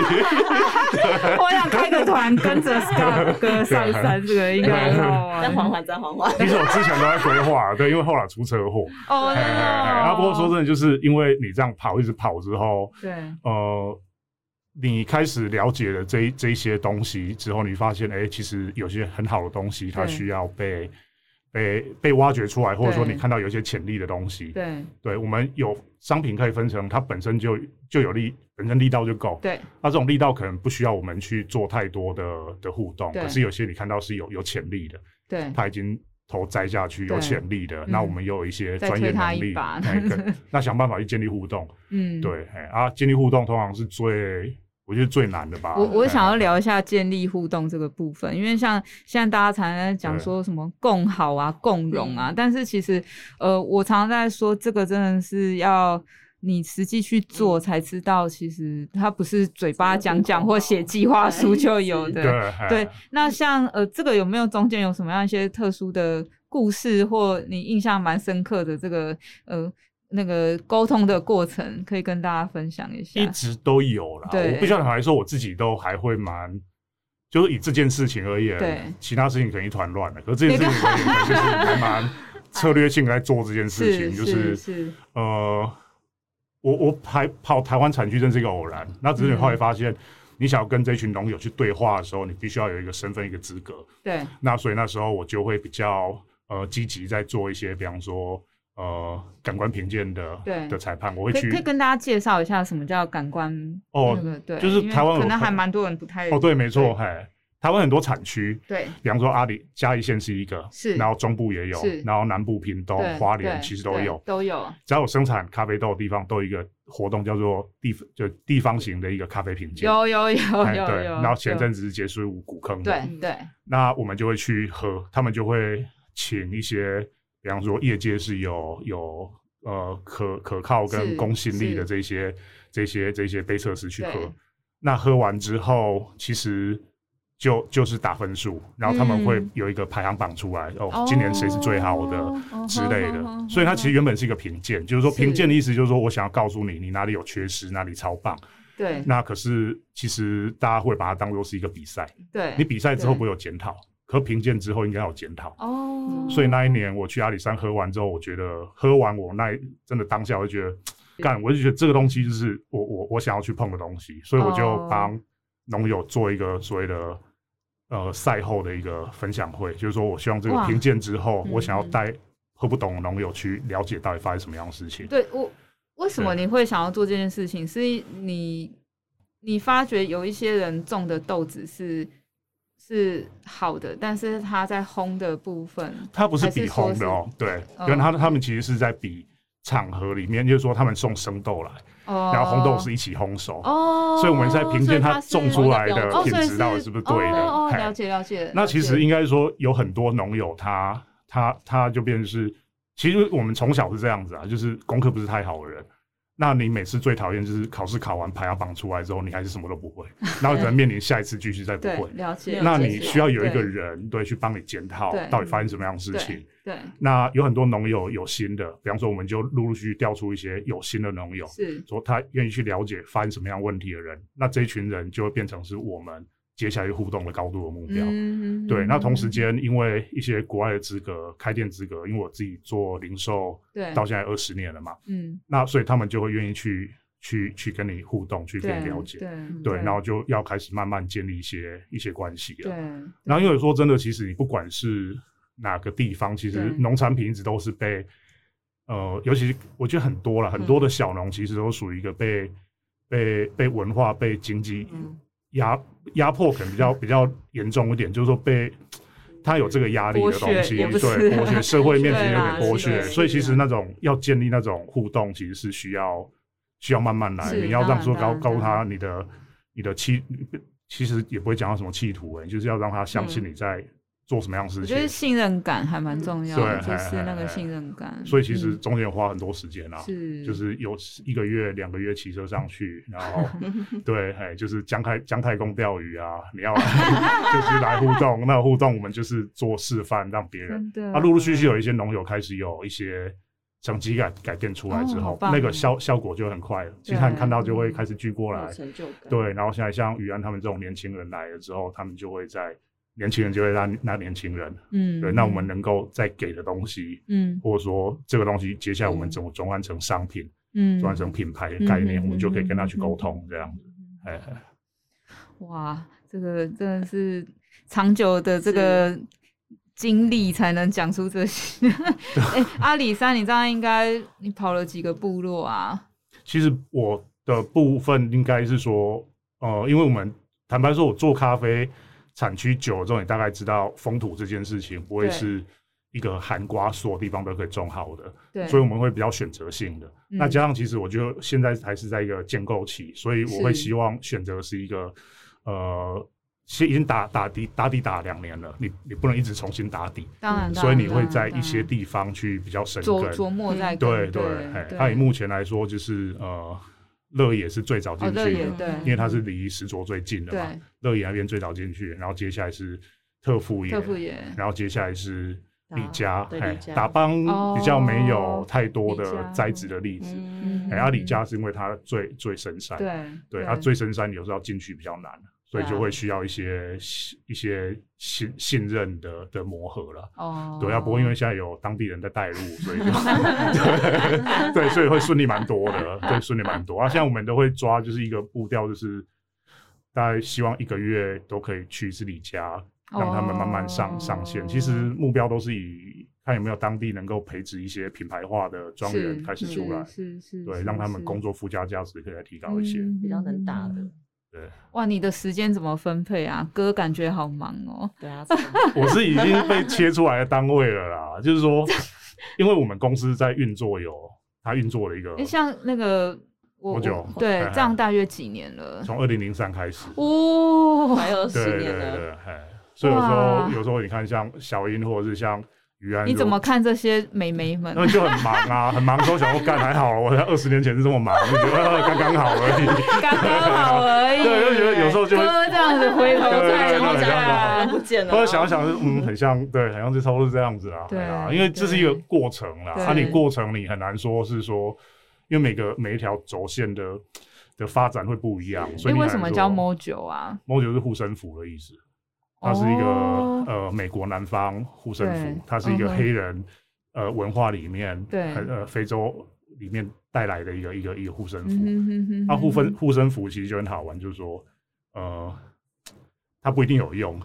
B: 已。
A: 我想开个团，跟 着 Scott 哥上山，这个应该很好玩。
B: 哎
D: 再缓缓，再缓缓。
B: 其实我之前都在规划，对，因为后来出车祸。
A: 哦，
B: 哎哎哎啊，不过说真的，就是因为你这样跑，一直跑之后，
A: 对
B: 呃，你开始了解了这一这一些东西之后，你发现，哎、其实有些很好的东西，它
A: 对
B: 需要被被被挖掘出来，或者说
A: 对
B: 你看到有一些潜力的东西。
A: 对
B: 对，我们有商品可以分成，它本身就就有力，本身力道就够。
A: 对
B: 那这种力道可能不需要我们去做太多的的互动，
A: 对
B: 可是有些你看到是有有潜力的，
A: 对
B: 它已经头栽下去，
A: 对嗯
B: 有潜力的，那我们又有一些
A: 再
B: 专业
A: 推它
B: 能
A: 一
B: 力，
A: 把
B: 哎跟 那想办法去建立互动。
A: 嗯，。
B: 对，哎啊，建立互动通常是最，我觉得最难的吧。
A: 我我
B: 哎
A: 想要聊一下建立互动这个部分，因为像现在大家常常在讲说什么共好啊、共荣
B: 嗯
A: 啊，但是其实呃，我常常在说这个真的是要。你实际去做
B: 嗯
A: 才知道，其实它不是嘴巴讲讲或写计划书就有的。
B: 对哎
A: 对，那像呃，这个有没有中间有什么样一些特殊的故事，或你印象蛮深刻的这个呃那个沟通的过程，可以跟大家分享一下
B: 一？直都有啦。
A: 对
B: 我必须要坦白说，我自己都还会蛮，就是以这件事情而
A: 对
B: 言，其他事情可能一团乱了，可是这件事情而言，可能就是还蛮策略性地在做这件事情，就 是
A: 是，
B: 呃，我我还跑台湾产区真是一个偶然，那只是你
A: 嗯
B: 后来发现。你想要跟这群农友去对话的时候，你必须要有一个身份、一个资格。
A: 对
B: 那所以那时候我就会比较呃积极在做一些，比方说呃感官评鉴的
A: 对
B: 的裁判，我会
A: 可以
B: 去
A: 可以跟大家介绍一下什么叫感官
B: 哦
A: 那个对，
B: 就是
A: 因为
B: 台湾有
A: 可能还蛮多人不太
B: 哦对，没错，嘿，台湾很多产区，
A: 对
B: 比方说阿里嘉义县是一个，
A: 是
B: 然后中部也有
A: 是，
B: 然后南部屏东
A: 对、
B: 哦花莲
A: 对
B: 其实都
A: 对
B: 有，
A: 都有，
B: 只要有生产咖啡豆的地方，都有一个活动叫做地就地方型的一个咖啡评鉴。
A: 有有有有
B: 嘿
A: 有
B: 哎对，
A: 有，
B: 然后嗯前阵子是结束古坑的，
A: 对对
B: 那我们就会去喝，他们就会请一些，比方说业界是有有呃可可靠
A: 是
B: 跟公信力的
A: 是
B: 这些这些这些杯测师去喝
A: 对。
B: 那喝完之后，其实就就是打分数，然后他们会
A: 嗯
B: 有一个排行榜出来，哦，今年谁是最好的。
A: 哦
B: 之类的
A: 哦哦哦，
B: 所以它其实原本是一个评鉴，就是说
A: 是
B: 评鉴的意思就是说我想要告诉你你哪里有缺失，哪里超棒。
A: 哦对
B: 那可是其实大家会把它当做是一个比赛，
A: 对
B: 你比赛之后不会有检讨，可评鉴之后应该有检讨。
A: 哦，
B: 所以那一年我去阿里山喝完之后，我觉得喝完我那一真的当下我就觉得，干，我就觉得这个东西就是我我我想要去碰的东西，所以我就
A: 哦
B: 帮农友做一个所谓的呃赛后的一个分享会，就是说我希望这个
A: 哇
B: 评鉴之后，
A: 嗯
B: 我想要带喝不懂的农友去了解到底发生什么样的事情。
A: 对我为什么你会想要做这件事情？是你你发觉有一些人种的豆子是是好的，但是他在烘的部分，
B: 它不是比红的哦，对，因为他他们其实是在比场合里面，就是说他们送生豆来，
A: 哦，
B: 然后红豆是一起烘熟，
A: 哦，
B: 所以我们在评鉴
A: 所以
B: 它
A: 它
B: 种
A: 是
B: 出来的
A: 哦，
B: 品
A: 所以
B: 质到底是不是对的。
A: 哦，哦
B: 嘿
A: 了解了解。
B: 那
A: 了
B: 其
A: 解
B: 实应该说有很多农友他他他就变成是，其实我们从小是这样子啊，就是功课不是太好的人。那你每次最讨厌就是考试考完排行榜出来之后，你还是什么都不 会，然后只能面临下一次继续再不
A: 对
B: 会。
A: 了解，
B: 那
A: 了解
B: 你需要有一个
A: 对
B: 人对去帮你检讨
A: 对
B: 到底发生什么样的事情。
A: 对
B: 那有很多农友有新的，比方说我们就陆陆续续调出一些有新的农友，
A: 是
B: 说他愿意去了解发生什么样问题的人，那这一群人就会变成是我们接下来互动的高度的目标。
A: 嗯
B: 对，那同时
A: 嗯
B: 间，因为一些国外的资格、开店资格，因为我自己做零售
A: 对
B: 到现在二十年了嘛，
A: 嗯
B: 那所以他们就会愿意去去去跟你互动，去
A: 对
B: 跟你了解，
A: 对
B: 对，然后就要开始慢慢建立一些一些关系
A: 对
B: 了。然后因为说真的，其实你不管是哪个地方，其实
A: 对
B: 农产品一直都是被呃，尤其是我觉得很多
A: 嗯
B: 了，很多的小农其实都属于一个被、被被文化、被经济
D: 嗯
B: 压压迫，可能比 较比较严重一点，就是说被。他有这个压力的
A: 嗯剥
B: 东
A: 削
B: 西，
A: 也
B: 对
A: 不是
B: 剥削社会面其实
A: 对
B: 有
A: 啦
B: 点剥
A: 是的
B: 削，
A: 是的
B: 所以其实那种要建立那种互动，其实是需要需要慢慢来，
A: 是
B: 你要
A: 当
B: 让
A: 然
B: 说
A: 当
B: 告
A: 然
B: 告诉
A: 当
B: 他你的你的企，其实也不会讲到什么企图、欸，就是要让他相信你在做什么样的事
A: 嗯我
B: 情。
A: 觉得信任感还蛮重要的，
B: 对
A: 就是那
B: 嘿嘿
A: 个
B: 嘿
A: 信任感。
B: 所以其实
A: 嗯
B: 中间花很多时间啊，
A: 是
B: 就是有一个月、两个月骑车上去，然后 对，哎，就是姜太姜太公钓鱼啊，你要 就是来互动，那互动我们就是做示范，让别人。
A: 真的
B: 那陆陆续续有一些农友开始有一些成绩改改变出来之
A: 哦好
B: 后，
A: 棒哦
B: 那个效效果就很快了。其他人看到就会开始聚过
D: 有
B: 来，
D: 成就感。
B: 对，然后现在像于安他们这种年轻人来了之后，他们就会在年轻人就会让那年轻人，
A: 嗯，
B: 对，那我们能够再给的东西，
A: 嗯
B: 或者说这个东西接下来我们怎么转换成商品，
A: 嗯
B: 转换成品牌的概念，
A: 嗯
B: 我们就可以跟他去沟
A: 嗯
B: 通，这样，哎，
A: 哇，这个真的是长久的这个经历才能讲出这些。哎、阿里山，你这样应该你跑了几个部落啊？
B: 其实我的部分应该是说，呃，因为我们坦白说，我做咖啡产区久了之后，你大概知道风土这件事情不会
A: 对
B: 是一个含瓜所有地方都可以种好的，
A: 对，
B: 所以我们会比较选择性的。
A: 嗯
B: 那加上其实我觉得现在还是在一个建构期，所以我会
A: 是
B: 希望选择是一个呃。先已经打打底打底打两年了，你你不能一直重新打底，
A: 当然，
B: 所以你会
A: 当然
B: 在一些
A: 当
B: 地方去比较深
A: 然
B: 耕
A: 琢，琢磨在跟
B: 对对，哎，
A: 对，
B: 那以目前来说，就是呃，乐野是最早进
A: 哦
B: 去
A: 乐野
B: 的，
A: 对，
B: 因为它是离石卓最近的嘛。
A: 对
B: 乐野那边最早进去，然后接下来是特富野
A: 特，富野
B: 然后接下来是李家，
D: 对
B: 哎
D: 李，家
B: 打帮
A: 哦
B: 比较没有太多
A: 李家
B: 的栽植的例子。
D: 嗯
B: 哎，阿李家是因为它最最深山，
A: 对
B: 对，它最深山有时候要进去比较难，所以
D: 对
B: 就
D: 啊
B: 会需要一些一些信信任的的磨合了。
A: 哦，
B: 对啊，不过因为现在有当地人在带路，所以就 对对，所以会顺利蛮多的，对，顺利蛮多啊。像我们都会抓，就是一个步调，就是大概希望一个月都可以去一次李家，让他们慢慢上、
A: 哦
B: 上线。其实目标都是以看有没有当地能够培植一些品牌化的庄园
A: 是
B: 开始出来，
A: 是是是，
B: 对，
A: 是
B: 让他们
A: 是
B: 工作附加价值可以再提高一些。
A: 嗯
D: 比较能打的
A: 嗯
B: 对，
A: 哇，你的时间怎么分配啊？哥感觉好忙哦。
D: 对啊，
B: 我是已经被切出来的单位了啦，就是说，因为我们公司在运作有。它运作了 一个
A: 哎，像那个我
B: 多久
A: 我对
B: 哎哎
A: 这样大约几年了？
B: 从二零零三开始，
A: 哦，
D: 还有
B: 对
D: 十
B: 对
D: 年
B: 对
D: 了，
B: 对，嘿所以有时候
A: 哇
B: 有时候你看像小英或者是像于安，
A: 你怎么？看这些美眉们
B: 那？就很忙 啊，很忙的时候想说干还好，我在二十年前是这么忙，就觉得呃刚刚好 而已。
A: 刚刚好而已。
B: 对，就觉得有时候就会，
A: 哥这样子回头再
B: 对对对
A: 看
D: 不，见了。
B: 或者想一想，嗯，很像，对，很像是差不多是这样子啊，
A: 对
B: 哎呀因为这是一个过程啦，
A: 对
B: 啊，你过程你很难说是说，因为每个每一条轴线的的发展会不一样，所
A: 哎，
B: 以你
A: 为
B: 很
A: 什么
B: 难
A: 叫
B: 说
A: Mojo 啊？
B: 猫酒是护身符的意思，它是一个、
A: 哦
B: 呃美国南方护身
A: 对
B: 符，它是一
A: 嗯
B: 个
A: 哼
B: 黑人、呃文化里面，
A: 对
B: 很呃非洲里面带来的一个一个一个护身符。
A: 嗯哼哼
B: 那护身护身符其实就很好玩，就是说呃它不一定有用，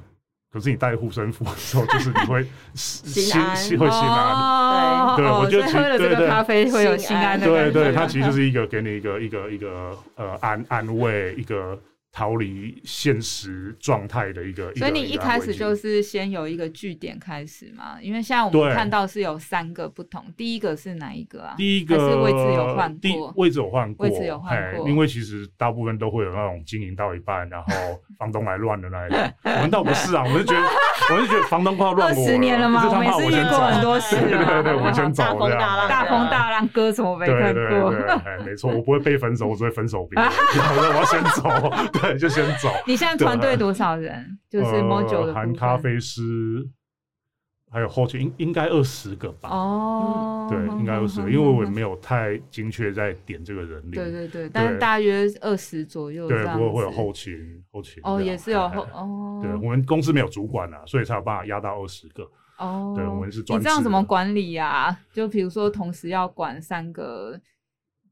B: 可是你带护身符的时候，就是你 会心
D: 心安
B: 心会心安。
A: 哦
B: 对
A: 哦
B: 我觉得
A: 所以喝
B: 其
A: 了这
B: 对
A: 个
B: 对
A: 咖啡会有
D: 心
A: 心安的
B: 对
A: 感觉。
B: 对，它其实就是一个给你一个一个一个呃安安慰，一个逃离现实状态的一个。
A: 所以你一开始就是是先有一个据点开始嘛？因为现在我们
B: 对
A: 看到是有三个不同，第一个是哪一个啊？
B: 第一个
A: 还是位置有换过
B: 第位置有换过，
A: 位置有换
B: 嘿
A: 过
B: 因为其实大部分都会有那种经营到一 半，然后房东来乱的那一种。我们倒不是啊，我们是觉得，我们是觉得房东快要乱
A: 二
B: 我
A: 十年了
B: 了
A: 吗？
B: 就是
A: 我
B: 他
A: 们
B: 怕
A: 也是
B: 我
A: 遇
B: 先
A: 过
B: 走
A: 很多次
B: 对对
A: 啊，
B: 对，我先走
D: 大
B: 这
D: 风
B: 样
D: 大浪啊
A: 大风大浪，歌怎么没
B: 对
A: 看
B: 对
A: 过？
B: 对，哎，没错，我不会被分手，我只会分手兵。 我说我要先走，对，就先走。
A: 你现在团队多少人？就是
B: 呃
A: Mojo 的
B: 含
A: 部分
B: 咖啡师，还有后期应应该二十个吧。
A: 哦，
B: 对，应该二十，因为我也没有太精确在点这个人力。
A: 嗯对对对，但是大约二十左右这
B: 对，
A: 样
B: 不
A: 子。
B: 过会有后勤，后勤
A: 哦，
B: 这样
A: 也是有后
B: 哎哎
A: 哦，
B: 对我们公司没有主管啊，所以才有办法压到二十个。
A: 哦，
B: 对我们是专
A: 你这样
B: 制
A: 怎么
B: 的
A: 管理呀、就比如说，同时要管三个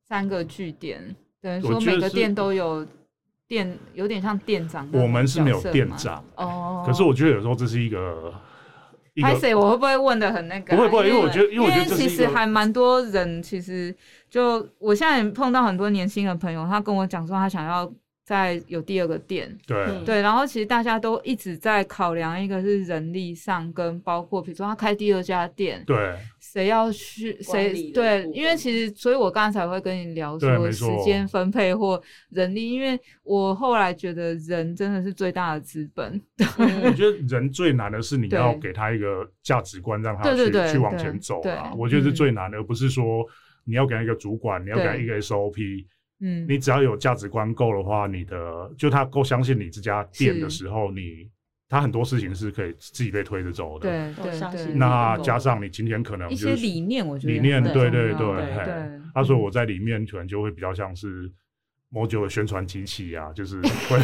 A: 三个据点，等于
B: 我
A: 说
B: 觉
A: 每
B: 得
A: 个
B: 是
A: 店都有店，有点像店长的角色吗。
B: 我们是没有店长，
A: 哦。
B: 可是我觉得有时候这是一个一
A: 拍
B: 个
A: 谁？我会不会问的很那个啊、
B: 不会不会因为我觉得
A: 因
B: 因为我觉得这是
A: 其
B: 一
A: 实
B: 个
A: 还蛮多人，其实就我现在也碰到很多年轻的朋友，他跟我讲说他想要再有第二个店，
B: 对
D: 嗯
A: 对，然后其实大家都一直在考量一个是人力上，跟包括比如说他开第二家店，
B: 对
A: 谁要去
D: 管
A: 谁
D: 理的
A: 对
D: 部，分
A: 因为其实，所以我刚才会跟你聊
B: 对
A: 说
B: 没
A: 时
B: 错
A: 间分配或人力，因为我后来觉得人真的是最大的资本。
B: 我 觉得人最难的是你
A: 对
B: 要给他一个价值观，让他
A: 对对
B: 去
A: 对
B: 去往
A: 对
B: 前走
A: 对
B: 啊。我觉得是
A: 嗯
B: 最难的，而不是说你要给他一个主管，你要给他
A: 对
B: 一个 SOP。
A: 嗯，
B: 你只要有价值观够的话，你的就他够相信你这家店的
A: 是
B: 时候，你他很多事情是可以自己被推着走的。
A: 对
D: 都
A: 对
D: 上
A: 对，
D: 心
B: 那加上你今天可能
A: 一
B: 就
A: 些
B: 是
A: 理嗯念，我觉得
B: 理念，
A: 很
B: 对
A: 重
B: 对
A: 要
B: 对
D: 对
B: 嘿
A: 对
B: 他说我在里面可能就会比较像是某九的宣传机器啊， 就是会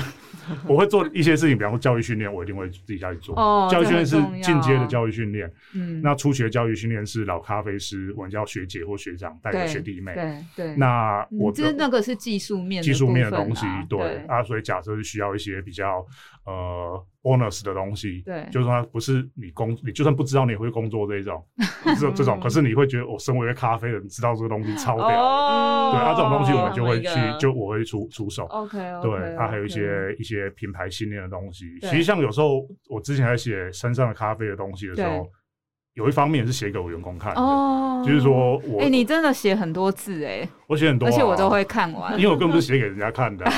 B: 我会做一些事情，比方说教育训练，我一定会自己下去做。
A: 哦
B: 教育训练
A: 这
B: 是
A: 很重要
B: 进阶的教育训练，
A: 嗯，
B: 那初学教育训练是老咖啡师，我们叫学姐或学长带
A: 对
B: 着学弟妹。
A: 对对，
B: 那
A: 嗯
B: 我
A: 就是
B: 的
A: 那个是技术面
B: 技术
A: 部
B: 面的
A: 分
B: 东西
A: 啊，
B: 对
A: 对
B: 啊，所以假设是需要一些比较呃 bonus 的东西，
A: 对
B: 就是说它不是你工，你就算不知道你也会工作这一种， 这这种，可是你会觉得我身为一个咖啡人，知道这个东西超屌，
A: 嗯哦，
B: 对啊，这种东西我们
D: 哦
B: 就会去
D: 他们一个，
B: 就我会出出手。
A: OK，
B: 对，啊它还有一些一些品牌信念的东西。
A: 对
B: 其实像有时候我之前在写身上的咖啡的东西的时候
A: 对，
B: 有一方面是写给我员工看的，
A: 哦，
B: 就是说我
A: 哎、你真的写很多字哎、
B: 我写很多啊，
A: 而且我都会看完
B: 因。为我根本不是写给人家 看的啊，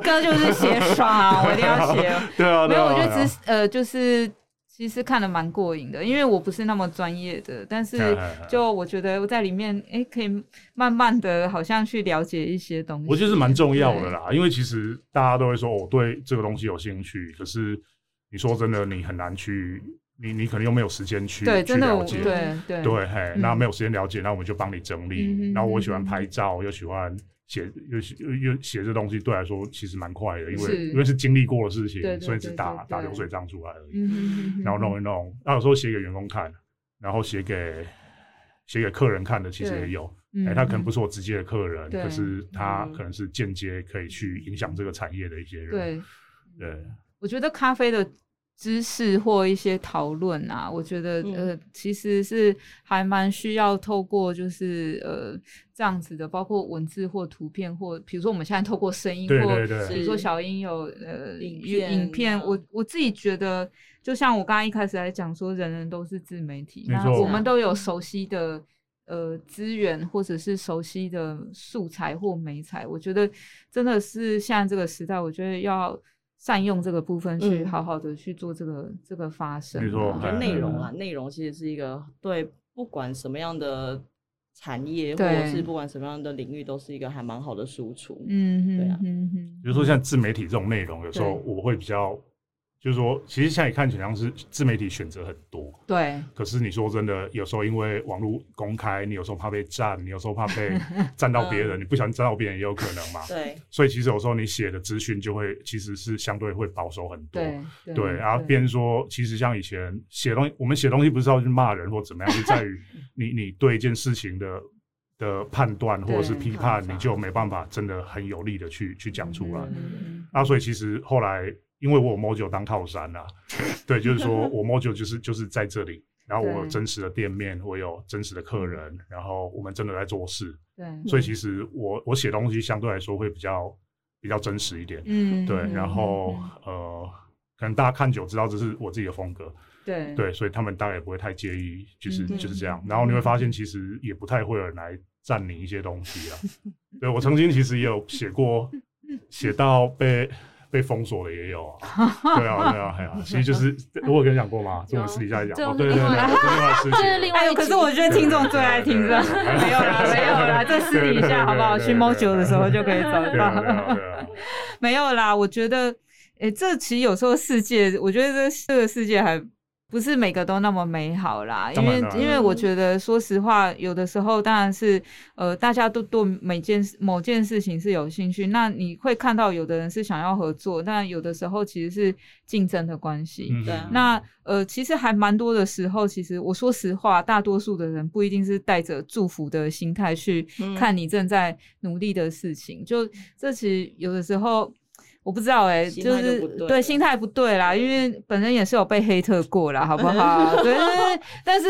A: 歌就是写爽啊，我一定要 写。
B: 对啊，
A: 没
B: 对
A: 有，
B: 啊
A: 我觉
B: 对啊
A: 得只是呃，就是其实看的蛮过瘾的，因为我不是那么专业的，但是
B: 哎哎哎
A: 就我觉得我在里面哎、可以慢慢的好像去了解一些东西。
B: 我觉得是蛮重要的
A: 对。
B: 啦，因为其实大家都会说哦我对这个东西有兴趣，可是你说真的，你很难去，你你可能又没有时间去
A: 对，
B: 去
A: 真的
B: 了
A: 我，
B: 解，
A: 对对
B: 对，嘿，那没有时间了解，那我们就帮你整
A: 嗯
B: 理
A: 嗯。
B: 然后我喜
A: 嗯
B: 欢
A: 嗯
B: 拍照，又喜欢写，又喜又又写这东西，对来说其实蛮快的，因
A: 是
B: 为因为是经历过的事
A: 对对
B: 情，所以只
A: 对
B: 打
A: 对
B: 打
A: 对
B: 流水账出来而已。
A: 嗯
B: 然后弄一弄，那有时候写给员工看，然后写给写给客人看的，其实
A: 对
B: 也有。
A: 弄
B: 哎、他可能不是我直接的客人，
A: 对
B: 可是他
D: 嗯
B: 可能是间接可以去影响这个产业的一些人。
A: 对，
B: 对
A: 我觉得咖啡的知识或一些讨论啊，我觉得、
D: 嗯
A: 呃，其实是还蛮需要透过就是呃这样子的，包括文字或图片或，比如说我们现在透过声音
B: 对
A: 或
B: 对对
A: 比如说
D: 是
A: 小英有呃有
D: 影片
A: 影片，
D: 啊
A: 我我自己觉得，就像我刚刚一开始来讲说，人人都是自媒体，
B: 没
A: 那
B: 错
A: 我们都有熟悉的。呃，资源或者是熟悉的素材或美材，我觉得真的是现在这个时代，我觉得要善用这个部分去
D: 嗯
A: 好好的去做这个、这个发声啊。
B: 没错
D: 我觉得内容啊
B: 哎，
D: 内容其实是一个对不管什么样的产业，或
A: 对
D: 者是不管什么样的领域，都是一个还蛮好的输出。
A: 嗯
D: 对
A: 哼
D: 啊
A: 哼哼，
B: 比如说像自媒体这种内容，有时候
D: 对
B: 我会比较，就是说，其实现在看起来像是自媒体选择很多，
A: 对
B: 可是你说真的，有时候因为网络公开，你有时候怕被占，你有时候怕被占到别人，你不想占到别人也有可能嘛。
D: 对，
B: 所以其实有时候你写的资讯就会其实是相对会保守很多。
A: 对对
B: 对，然后变说，其实像以前写东西，我们写东西不是要去骂人或怎么样，是 在于你你对一件事情的的判断或者是
A: 对
B: 批
D: 看
B: 判，
D: 法
B: 你就没办法真的很有力的去去讲出来。
A: 嗯
B: 啊，所以其实后来。因为我有 Mojo 当靠山啊，对，就是说我 Mojo 就是就是在这里，然后我有
A: 对
B: 真实的店面，我有真实的客人，然后我们真的在做事，
A: 对，
B: 所以其实我我写东西相对来说会比较比较真实一点，
A: 嗯，
B: 对，
A: 嗯
B: 然后
A: 嗯
B: 呃，可能大家看久知道这是我自己的风格，
A: 对
B: 对，所以他们大概也不会太介意，就是
A: 嗯对
B: 就是这样。然后你会发现，其实也不太会有人来占你一些东西 啊。对我曾经其实也有写过，写到被被封锁的也有 啊。对啊，对啊，哎呀、其实就是我有跟你讲过吗？这我们私底下讲
C: 这
B: 过，哦
C: 是
B: 对对
C: 另
B: 对，
C: 外
B: 这是另外的
A: 哎呦，
B: 事情啊了。
C: 这是另外一集。
A: 可是我觉得听众最爱听这，
B: 对对对对
A: 没有啦，没有啦，这私底下好不好？
B: 对
A: 去
B: 对对
A: Mojo 的时候就可以找
B: 对啊，
A: 到
B: 对。啊，对啊，
A: 没有啦，我觉得，诶、这其实有时候世界，我觉得这这个世界还不是每个都那么美好啦。因
B: 当然
A: 为
B: 当然
A: 因为我觉得，说实话，有的时候当然是，呃，大家都对每件事某件事情是有兴趣，那你会看到有的人是想要合作，但有的时候其实是竞争的关系。
B: 嗯
D: 对啊
A: 那呃，其实还蛮多的时候，其实我说实话，大多数的人不一定是带着祝福的心态去
D: 嗯
A: 看你正在努力的事情。就这其实有的时候。我不知道哎、
D: 心
A: 就
D: 态就是不对
A: 对
D: 了
A: 心态不对啦，因为本身也是有被黑特过啦，好不好？ 对，但是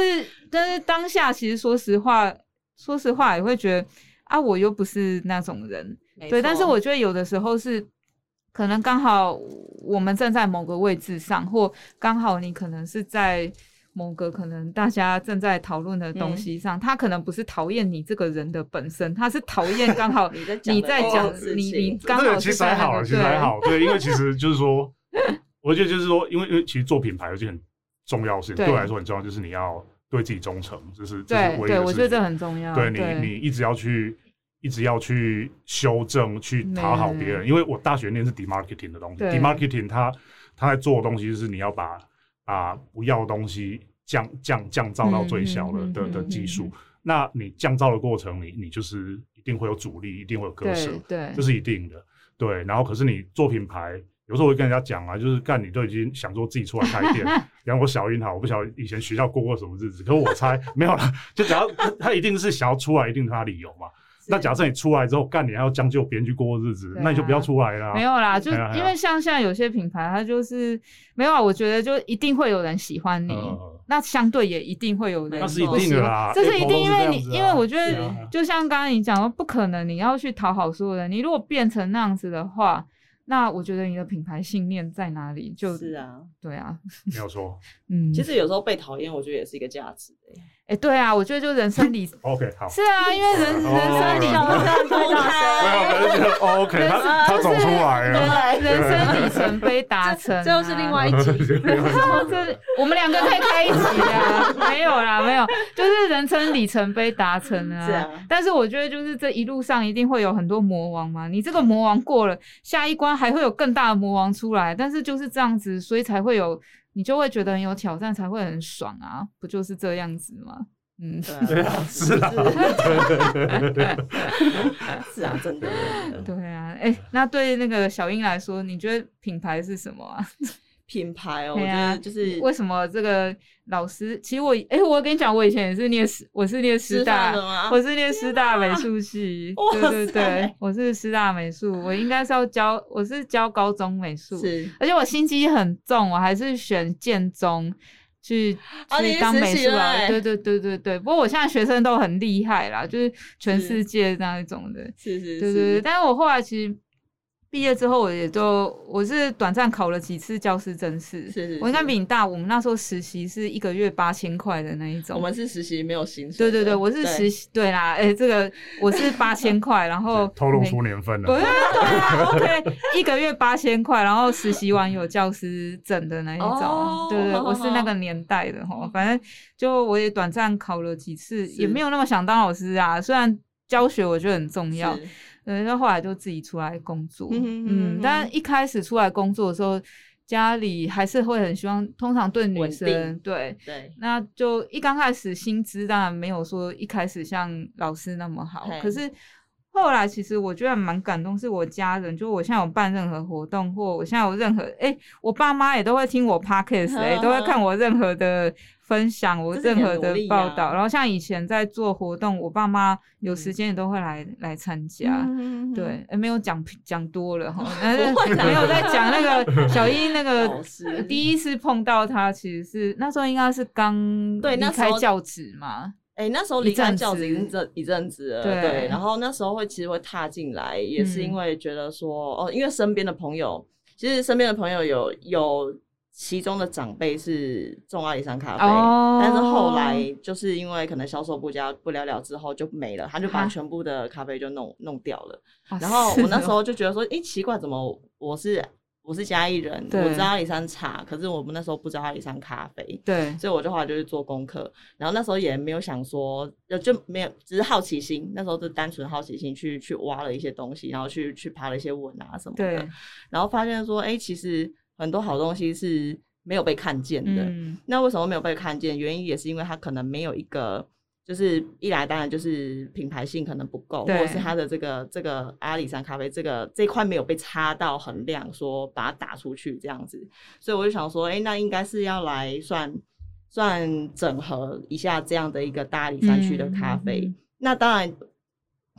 A: 但是当下其实说实话，说实话也会觉得啊，我又不是那种人，
D: 没
A: 对，但是
D: 错
A: 我觉得有的时候是，可能刚好我们站在某个位置上，或刚好你可能是在某个可能大家正在讨论的
D: 嗯
A: 东西上，他可能不是讨厌你这个人的本身，他是讨厌刚好
D: 你在讲
A: 你
D: 的
A: 在
D: 某
A: 讲
D: 种事
A: 你你
D: 情
A: 刚
B: 这
A: 好
B: 个其
A: 是
B: 实
A: 在
B: 还
A: 那
B: 好，
A: 个
B: 其实还，好，对，因为其实就是说，我觉得就是说，因为因为其实做品牌有一件很重要的事情，
A: 对
B: 对我来说很重要，就是你要对自己忠诚，这是这
A: 对
B: 是唯一
A: 对，
B: 的
A: 我
B: 事
A: 觉得
B: 情
A: 这很重要。
B: 对你，你一直要去，一直要去修正，去
A: 没
B: 讨好别
A: 有
B: 人。因为我大学念是 demarketing 的东西
A: 嗯对
B: ，demarketing 它它在做的东西就是你要把把不要的东西降降降噪到最小的、
A: 嗯嗯
B: 的
A: 嗯
B: 的
A: 嗯
B: 技术。
A: 嗯
B: 那你降噪的过程里，你就是一定会有阻力，一定会有割舍
A: 对，对
B: 这是一定的。对，然后可是你做品牌，有时候我会跟人家讲啊，就是干你都已经想说自己出来 开店，比方我小英好，我不晓得以前学校过过什么日子，可是我猜没有啦，就只要他他一定是想要出来，一定是他理由嘛。那假设你出来之后，干你还要将就别人去过日子，
A: 对
B: 那你就不要
A: 啊
B: 出来啦。
A: 没有啦，就
B: 哎呀哎呀
A: 因为像现在有些品牌，它就是没有啊。我觉得就一定会有人喜欢你，
B: 嗯
A: 那相对也一定会有人
D: 那是一
A: 不喜
B: 定的
A: 欢
B: 啦
A: 这是
B: Apple
A: 一定，
B: 都
A: 因为
B: 是这
A: 你
B: 样子啊
A: 因为我觉
B: 是
A: 得
B: 啊，
A: 就像刚刚你讲的，不可能你要去讨好所有人。你如果变成那样子的话，那我觉得你的品牌信念在哪里？就是
D: 啊，
A: 对啊，
B: 没有错。
A: 嗯，
D: 其实有时候被讨厌，我觉得也是一个价值、欸。
A: 哎，对啊，我觉得就人生 理
B: OK，好。
A: 是啊，因为人人生理
B: 哦
D: 公
B: 没有，
D: 开，
B: 可是觉得 OK，
A: 人
B: 他他
A: 就
B: 走
A: 是
B: 出来啊了。
A: 人人生里程碑达成啊，
C: 这又是另外一集。
B: 啊
A: 这我们两个可以开一集啊，没有啦，没有，就是人生里程碑达成啊。
D: 是啊
A: 但是我觉得就是这一路上一定会有很多魔王嘛，你这个魔王过了，下一关还会有更大的魔王出来，但是就是这样子，所以才会有，你就会觉得很有挑战，才会很爽啊，不就是这样子吗？嗯，
D: 对啊，
B: 是 啊，
D: 是啊， 真的。真的
A: 对啊，哎、那对那个小英来说，你觉得品牌是什么啊？
D: 品牌哦，我
A: 对
D: 觉
A: 啊
D: 得就是
A: 为什么这个老师？其实我，哎、我跟你讲，我以前也是念师，我是念师
D: 吃
A: 大
D: 饭了吗？
A: 我是念师大美术系，
D: 啊 哇
A: 对对
D: 塞
A: 对，我是师大美术，我应该是要教，我是教高中美术，
D: 是
A: 而且我心机很重，我还是选建中去、
D: 哦你
A: 去
D: 是
A: 当美
D: 实习哎
A: 术老
D: 对
A: 师，对对对对对。不过我现在学生都很厉害啦，就是全
D: 是
A: 世界那一种的，
D: 是
A: 对
D: 是
A: 对对，
D: 是，
A: 但是我后来其实毕业之后，我也就我是短暂考了几次教师真试，
D: 是是
A: 我应该
D: 是
A: 比你大。我们那时候实习是一个月八千块的那一种，
D: 我们是实习没有薪
A: 对
D: 水的。
A: 对对，我是实习，对啦，哎、这个我是八千块，然后
B: 透露
A: 每
B: 出年份
A: 不
B: 了
A: 是。对啊，OK，一个月八千块，然后实习完有教师证的那一种，
D: 哦
A: 对对，
D: 好好
A: 我是那个年代的哈，反正就我也短暂考了几次，也没有那么想当老师啊，虽然。教学我觉得很重要，
D: 是
A: 对，那后来就自己出来工作，
D: 嗯哼
A: 嗯
D: 嗯哼
A: 但一开始出来工作的时候，家里还是会很希望，通常对女
D: 稳
A: 生
D: 定
A: 对，
D: 对，
A: 那就一刚开始薪资当然没有说一开始像老师那么好，
D: 嘿
A: 可是后来其实我觉得蛮感动，是我家人，就我现在有办任何活动，或我现在有任何，哎、我爸妈也都会听我 podcast，哎、都会看我任何的分享，我
D: 这
A: 任
D: 是你的
A: 何的
D: 努力
A: 报
D: 呀
A: 道。然后像以前在做活动，我爸妈有时
D: 嗯
A: 间也都会来、来参加。
C: 嗯，嗯，
A: 啊对，诶没有讲讲多了 哈，但是
D: 会啦
A: 没有在讲那 个小英那
D: 老
A: 个
D: 师
A: 呃第一次碰到他，其实是那时候应该是刚
D: 对
A: 离
D: 那时
A: 开
D: 候
A: 教职嘛，
D: 哎、那时候
A: 一
D: 离开
A: 阵
D: 教职已
A: 子
D: 经这一阵子了，
A: 对
D: 对然后那时候会其实会踏进来，也是因
A: 嗯
D: 为觉得说，哦，因为身边的朋友，其实身边的朋友有有其中的长辈是种阿里山咖啡，
A: 哦
D: 但是后来就是因为可能销售不佳不了了之后就没了，他就
A: 哈
D: 把全部的咖啡就弄弄掉了。
A: 哦
D: 然后我那时，
A: 是哦
D: 候就觉得说，哎、奇怪，怎么我是我是嘉义人，
A: 对
D: 我知道阿里山茶，可是我们那时候不知道阿里山咖啡。
A: 对，
D: 所以我就后来就去做功课，然后那时候也没有想说，呃，就没有，只是好奇心，那时候就单纯好奇心去去挖了一些东西，然后去去爬了一些文啊什么的
A: 对，，
D: 然后发现说，哎、其实很多好东西是没有被看见的。
A: 嗯，
D: 那为什么没有被看见？原因也是因为它可能没有一个，就是一来当然就是品牌性可能不够，或
A: 对
D: 者是它的这个这个阿里山咖啡这个这块没有被擦到很亮，说把它打出去这样子，所以我就想说，哎、那应该是要来算算整合一下这样的一个大理山区的咖啡。
A: 嗯
D: 那当然。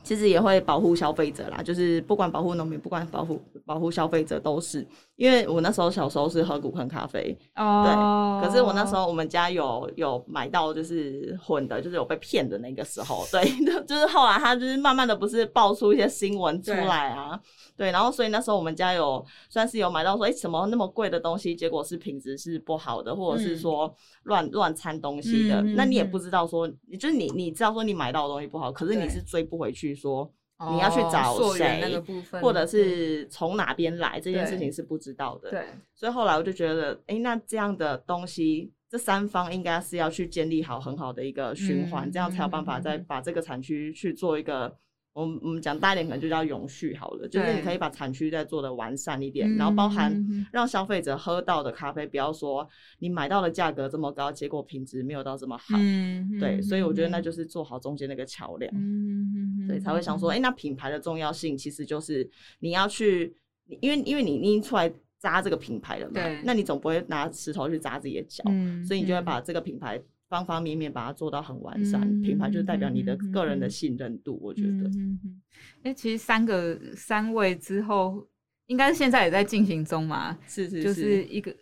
D: 其实也会保护消费者啦，就是不管保护农民，不管保护保护消费者都是，因为我那时候小时候是喝古坑咖啡，
A: 哦，
D: 可是我那时候我们家有有买到就是混的，就是有被骗的那个时候，对， 就就是后来他就是慢慢的不是爆出一些新闻出来啊，对，然后所以那时候我们家有算是有买到说，哎、什么那么贵的东西，结果是品质是不好的，或者是说乱乱掺东西的，
A: 嗯嗯嗯
D: 那你也
A: 嗯
D: 不知道说，你就是你你知道说你买到的东西不好，可是你
A: 对
D: 是追不回去说。
A: 哦
D: 你要去找
A: 溯源
D: 谁
A: 那个部分，
D: 或者是从哪边来这件
A: 对
D: 事情是不知道的，
A: 对，
D: 所以后来我就觉得，哎、那这样的东西，这三方应该是要去建立好很好的一个循环，
A: 嗯
D: 这样才有办法再
A: 嗯嗯
D: 把这个产区去做一个，我们我们讲大一点，可能就叫永续好了，就是
A: 对
D: 你可以把产区再做的完善一点，然后包含。
A: 嗯
D: 让消费者喝到的咖啡，不要说你买到的价格这么高，结果品质没有到这么好。
A: 嗯，
D: 对，所以我觉得那
A: 就，
D: 就是做好中间那个桥梁。
A: 嗯
D: 对，才会想说，哎、那品牌的重要性其实就是你要去，你因为因为你你已经出来扎这个品牌了嘛
A: 对，
D: 那你总不会拿石头去扎自己的脚，
A: 嗯
D: 所以你就会
A: 嗯
D: 把这个品牌方方面面把它做到很完善。
A: 嗯
D: 品牌就是代表你的
A: 嗯
D: 个人
A: 嗯
D: 的信任度，我觉得。
A: 嗯嗯哎、诶其实三个三位之后，应该是现在也在进行中嘛，
D: 是是
A: 就是一个，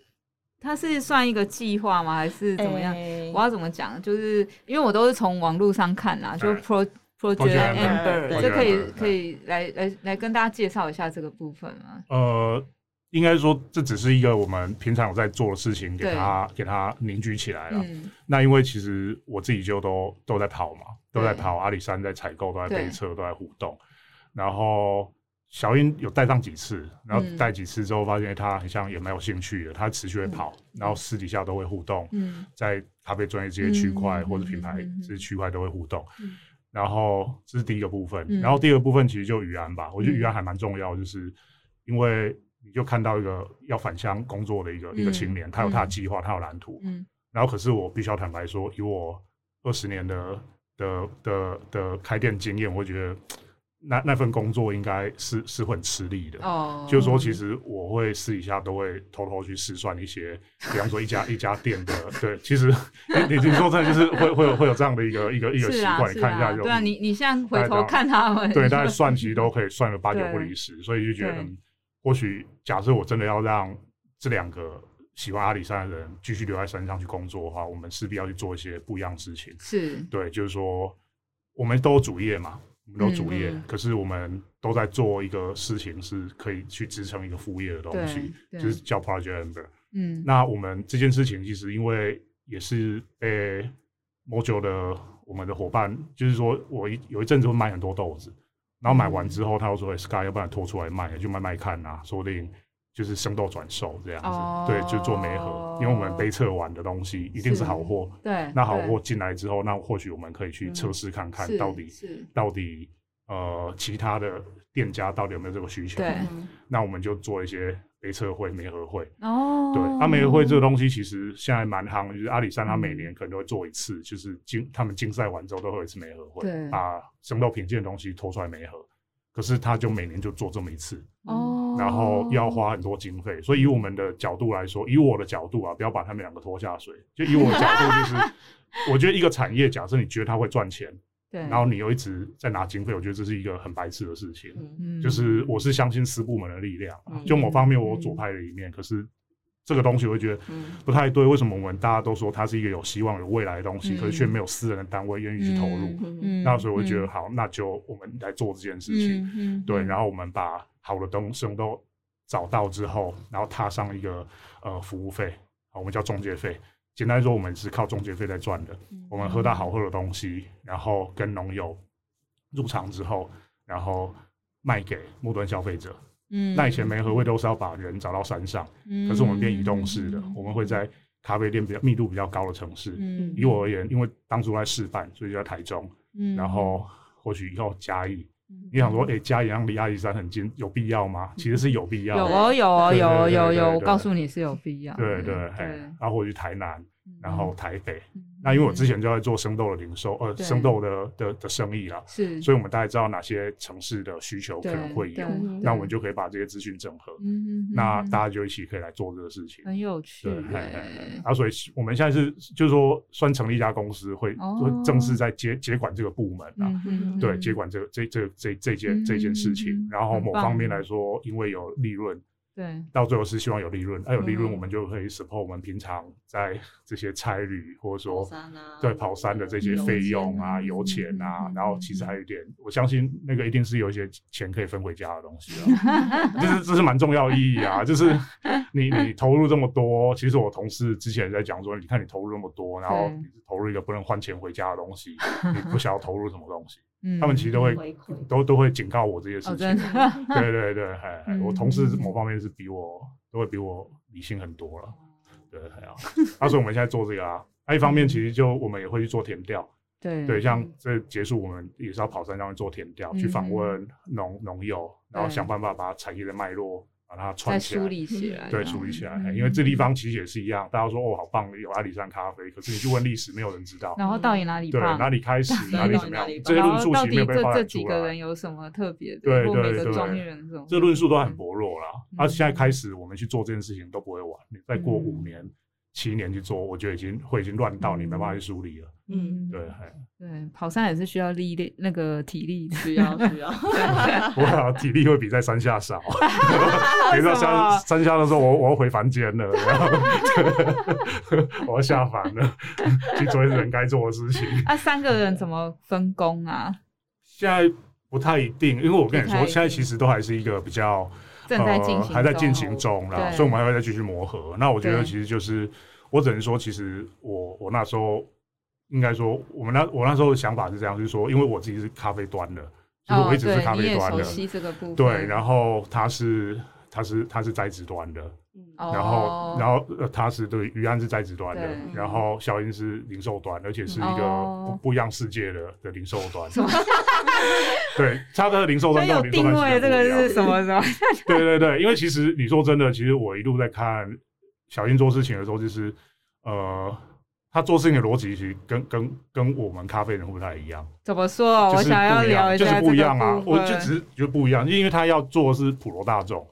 A: 它是算一个计划吗？还是怎么样？
D: 诶
A: 哎我要怎么讲？就是因为我都是从网络上看啦，就
B: 哎
A: Pro。Project
B: Project
D: Amber，
A: Amber，
D: 对
A: 这可以
B: Project Amber，
A: 可以来来来跟大家介绍一下这个部分吗？
B: 呃，应该说这只是一个我们平常有在做的事情，给
A: 对
B: 它给它凝聚起来了。
A: 嗯，
B: 那因为其实我自己就都都在跑嘛，都在
A: 对
B: 跑阿里山，在采购，都在
A: 对
B: 备车，都在互动。然后小英有带上几次，然后
A: 嗯
B: 带几次之后，发现哎她好像也蛮有兴趣的，她持续会跑，然后私底下都会互动，
A: 嗯
B: 在咖啡专业这些区块、
A: 嗯
B: 或者
A: 嗯
B: 品
A: 嗯
B: 牌
A: 嗯嗯
B: 这些区块都会互动。
A: 嗯
B: 然后这是第一个部分，
A: 嗯
B: 然后第二个部分其实就语安吧，我觉得
A: 嗯
B: 语安还蛮重要，就是因为你就看到一个要返乡工作的一个、一个
A: 嗯
B: 青年，他有他的
A: 嗯
B: 计划，他有蓝图，
A: 嗯
B: 然后可是我必须要坦白说，以我二十年的的的的开店经验，我会觉得那那份工作应该是是会很吃力的。
A: 哦，
B: 就是说，其实我会私底下都会偷偷去试算一些，比方说一家 一家店的，对，其实你你你说真的就是会会有会有这样的一个一个一个习
A: 是啊
B: 惯，你
A: 是
B: 看一下
A: 啊
B: 就
A: 对啊，你你现在
B: 大
A: 回
B: 概
A: 头
B: 这样
A: 看他们，
B: 对，大概算其实都可以算个八九
A: 对
B: 不离十，所以就觉得，
A: 对
B: 嗯或许假设我真的要让这两个喜欢阿里山的人继续留在山上去工作的话，我们势必要去做一些不一样的事情。
A: 是
B: 对，就是说我们都主业嘛，我们都主业，
A: 嗯嗯
B: 可是我们都在做一个事情，是可以去支撑一个副业的东西，
A: 对对
B: 就是叫 Project Amber。
A: 嗯，
B: 那我们这件事情其实因为也是被 Mojo 的我们的伙伴，就是说我一有一阵子会买很多豆子，然后买
A: 嗯
B: 完之后他又说、欸、Sky 要不然拖出来卖，就卖卖看啊，说不定就是生豆转售这样子，
A: 哦
B: 对，就做媒合，因为我们杯测完的东西一定是
A: 是
B: 好货，
A: 对，
B: 那好
A: 对嗯
B: 货进来之后，那或许我们可以去测试看看
A: 是
B: 到底、
A: 是
B: 到底呃其他的店家到底有没有这个需求，
A: 对
D: 嗯
B: 那我们就做一些杯测会、媒合会。
A: 哦，嗯
B: 对，阿美会这个东西其实现在蛮夯，就是阿里山它每年可能都会做一次，就是竞他们竞赛完之后都会有一次美合会
A: 对，
B: 把生豆品鉴的东西拖出来美合，可是他就每年就做这么一次，
A: 哦，
B: 然后要花很多经费，所以以我们的角度来说，以我的角度啊，不要把他们两个拖下水。就以我的角度，就是 我觉得一个产业，假设你觉得它会赚钱，
A: 对，
B: 然后你又一直在拿经费，我觉得这是一个很白痴的事情。
D: 嗯
A: 嗯
B: 就是我是相信私部门的力量啊，
D: 嗯
B: 就某方面我左派的一面，可是这个东西我会觉得
D: 嗯
B: 不太对。为什么我们大家都说它是一个有希望、有未来的东西，
A: 嗯
B: 可是却没有私人的单位愿意去投入？
D: 嗯
B: 那所以我觉得好，那就我们来做这件事情。
A: 嗯嗯，
B: 对，然
A: 后
B: 后我们把好的东西都找到之后，然后踏上一个呃服务费，啊我们叫中介费。简单说，我们是靠中介费在赚的。
A: 嗯
B: 我们喝到好喝的东西，然后跟农友入场之后，然后卖给末端消费者。
A: 嗯
B: 那以前，没合会都是要把人找到山上，
A: 嗯
B: 可是我们变移动式的，我们会在咖啡店比较密度比较高的城市。
A: 嗯
B: 以我而言，因为当初在示范，所以就在台中，
A: 嗯
B: 然后或许以后嘉义，
A: 嗯
B: 你想说，哎、嘉义让离阿里山很近，有必要吗？其实是有必要
A: 有
B: 的。
A: 哦有哦
B: 对对
A: 有哦
B: 对
A: 有
B: 对
A: 有，
B: 对
A: 我告诉你是有必要的，
B: 对对，嘿
A: 对
B: 然后我去台南，然后台北。
A: 嗯
B: 那因为我之前就在做生豆的零售，呃，
A: 对
B: 生豆的的的生意啦，
A: 是，
B: 所以我们大概知道哪些城市的需求可能会
A: 对
B: 有
A: 对，
B: 那我们就可以把这些资讯整合，
A: 嗯，嗯
B: 那
A: 嗯哎
B: 大家就一起可以来做这个事情。
A: 很有趣
B: 对，嘿嘿嘿
A: 欸，
B: 啊，所以我们现在是就是说，算成立一家公司，会
A: 哦
B: 会正式在接接管这个部门啊。
A: 嗯嗯
B: 对，
A: 嗯
B: 接管这个这这这这件、
A: 嗯
B: 这件事情，
A: 嗯
B: 然后
A: 很
B: 某
A: 棒
B: 方面来说，因为有利润，
A: 对，
B: 到最后是希望有利润，那、啊有利润，
A: 嗯
B: 我们就可以 support 我们平常在这些差旅或者
D: 跑
B: 说
D: 山啊
B: 对跑山的这些费用啊、油
A: 油钱啊
B: 钱啊
A: 嗯嗯，
B: 然后其实还有一点，我相信那个一定是有一些钱可以分回家的东西 啊，这是这是蛮重要的意义啊，就是你你投入这么多，其实我同事之前也在讲说，你看你投入那么多，然后
A: 对
B: 你投入一个不能换钱回家的东西，你不想要投入什么东西。
A: 嗯
B: 他们其实都会
D: 回馈
B: 都都会警告我这些
A: 哦
B: 事
A: 真
B: 情。
A: 的，
B: 对对对，哎，哎
A: 嗯
B: 我同事某方面是比我都会比我理性很多了。对，还好。那所以我们现在做这个啊，那一方
A: 嗯
B: 面其实就我们也会去做田调，
A: 对
B: 对，像这结束我们也是要跑山上去做田调，
A: 嗯
B: 去访问农农友，然后
A: 对
B: 想办法把产业的脉络把它
A: 再
B: 串起
A: 梳
B: 来。
A: 理起来，
B: 对，
A: 这样
B: 梳理起来，
A: 嗯
B: 哎因为这地方其实也是一样，大家说哦，好棒，有阿里山咖啡，可是你去问历史，没有人知道，
A: 然后到底哪里
B: 对，
A: 棒，
B: 哪里开 始，
A: 对
B: 哪里怎么样
D: 哪里，
B: 这些
A: 然
B: 论
A: 后
B: 述
A: 到
B: 其实
A: 底
B: 没有
A: 这
B: 被发
A: 这
B: 展
A: 几
B: 出
A: 个
B: 来
A: 人。有什么特别的，
B: 对
A: 或
B: 对
A: 每个
B: 对
A: 庄园这种，
B: 这论述都很薄弱啦。那、现在开始，我们去做这件事情都不会晚。你再过
A: 嗯
B: 五年、七年去做，我觉得已经会已经乱到你没办法去梳理了。
A: 嗯
B: 对，嘿
A: 对，跑山也是需要力量那个体力的，
D: 需要 需要，
B: 我好像体力会比在山下少。比
A: 为什
B: 如说山
A: 么？
B: 山下的时候，我我要回房间了，然后 我要下凡了，去做人该做的事情。
A: 啊，三个人怎么分工啊？
B: 现在不太一定，因为我跟你
A: 不太一
B: 说，
A: 定
B: 现在其实都还是一个比较。
A: 正在进行，
B: 呃哦还在进行。中啦，
A: 对
B: 所以我们还会再继续磨合。那我觉得
A: 对
B: 其实就是，我只能说，其实我我那时候应该说，我们那我那时候的想法是这样，就是说，因为我自己是咖啡端的，就是
A: 哦，
B: 我一直是
A: 对
B: 咖
A: 你
B: 啡
A: 也
B: 端
A: 熟
B: 的，
A: 悉这个部分。
B: 对，然后他是他是他是栽植端的，
D: 嗯
A: 哦
B: 然后然后呃他是对于安是栽植端的
A: 对，
B: 然后小英是零售端，而且是一个
A: 哦
B: 不不一样世界的的零售端，对，他的零售
A: 所
B: 端
A: 以
B: 跟
A: 有
B: 我零售
A: 定
B: 端
A: 位，
B: 其实不
A: 这个
B: 一样
A: 是什么什么？
B: 对对对，因为其实你说真的，其实我一路在看小英做事情的时候，就是呃，他做事情的逻辑其实跟跟跟我们咖啡人会不太一样，
A: 怎么说？
B: 就
A: 我
B: 是
A: 想要
B: 不一样
A: 聊一
B: 就
A: 下
B: 是
A: 这个
B: 不一样啊，
A: 部
B: 我
A: 分
B: 就只是就不一样，因为他要做的是普罗大众，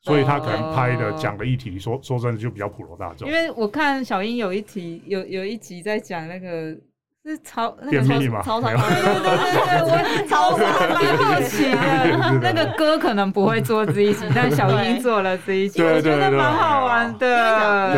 B: 所以他可能拍的
A: 哦
B: 讲的议题，说说真的就比较普罗大众
A: 因。为我看小英有一题有有一集在讲那个是超那个
B: 便
A: 超
B: 秘嘛，
D: 超
B: 没
D: 常
B: 有
A: 对对对对对，我超蛮好奇的。那个歌可能不会做这一集，但小英做了这一集，
B: 对
A: 我觉得
B: 对对
A: 蛮好玩
D: 因为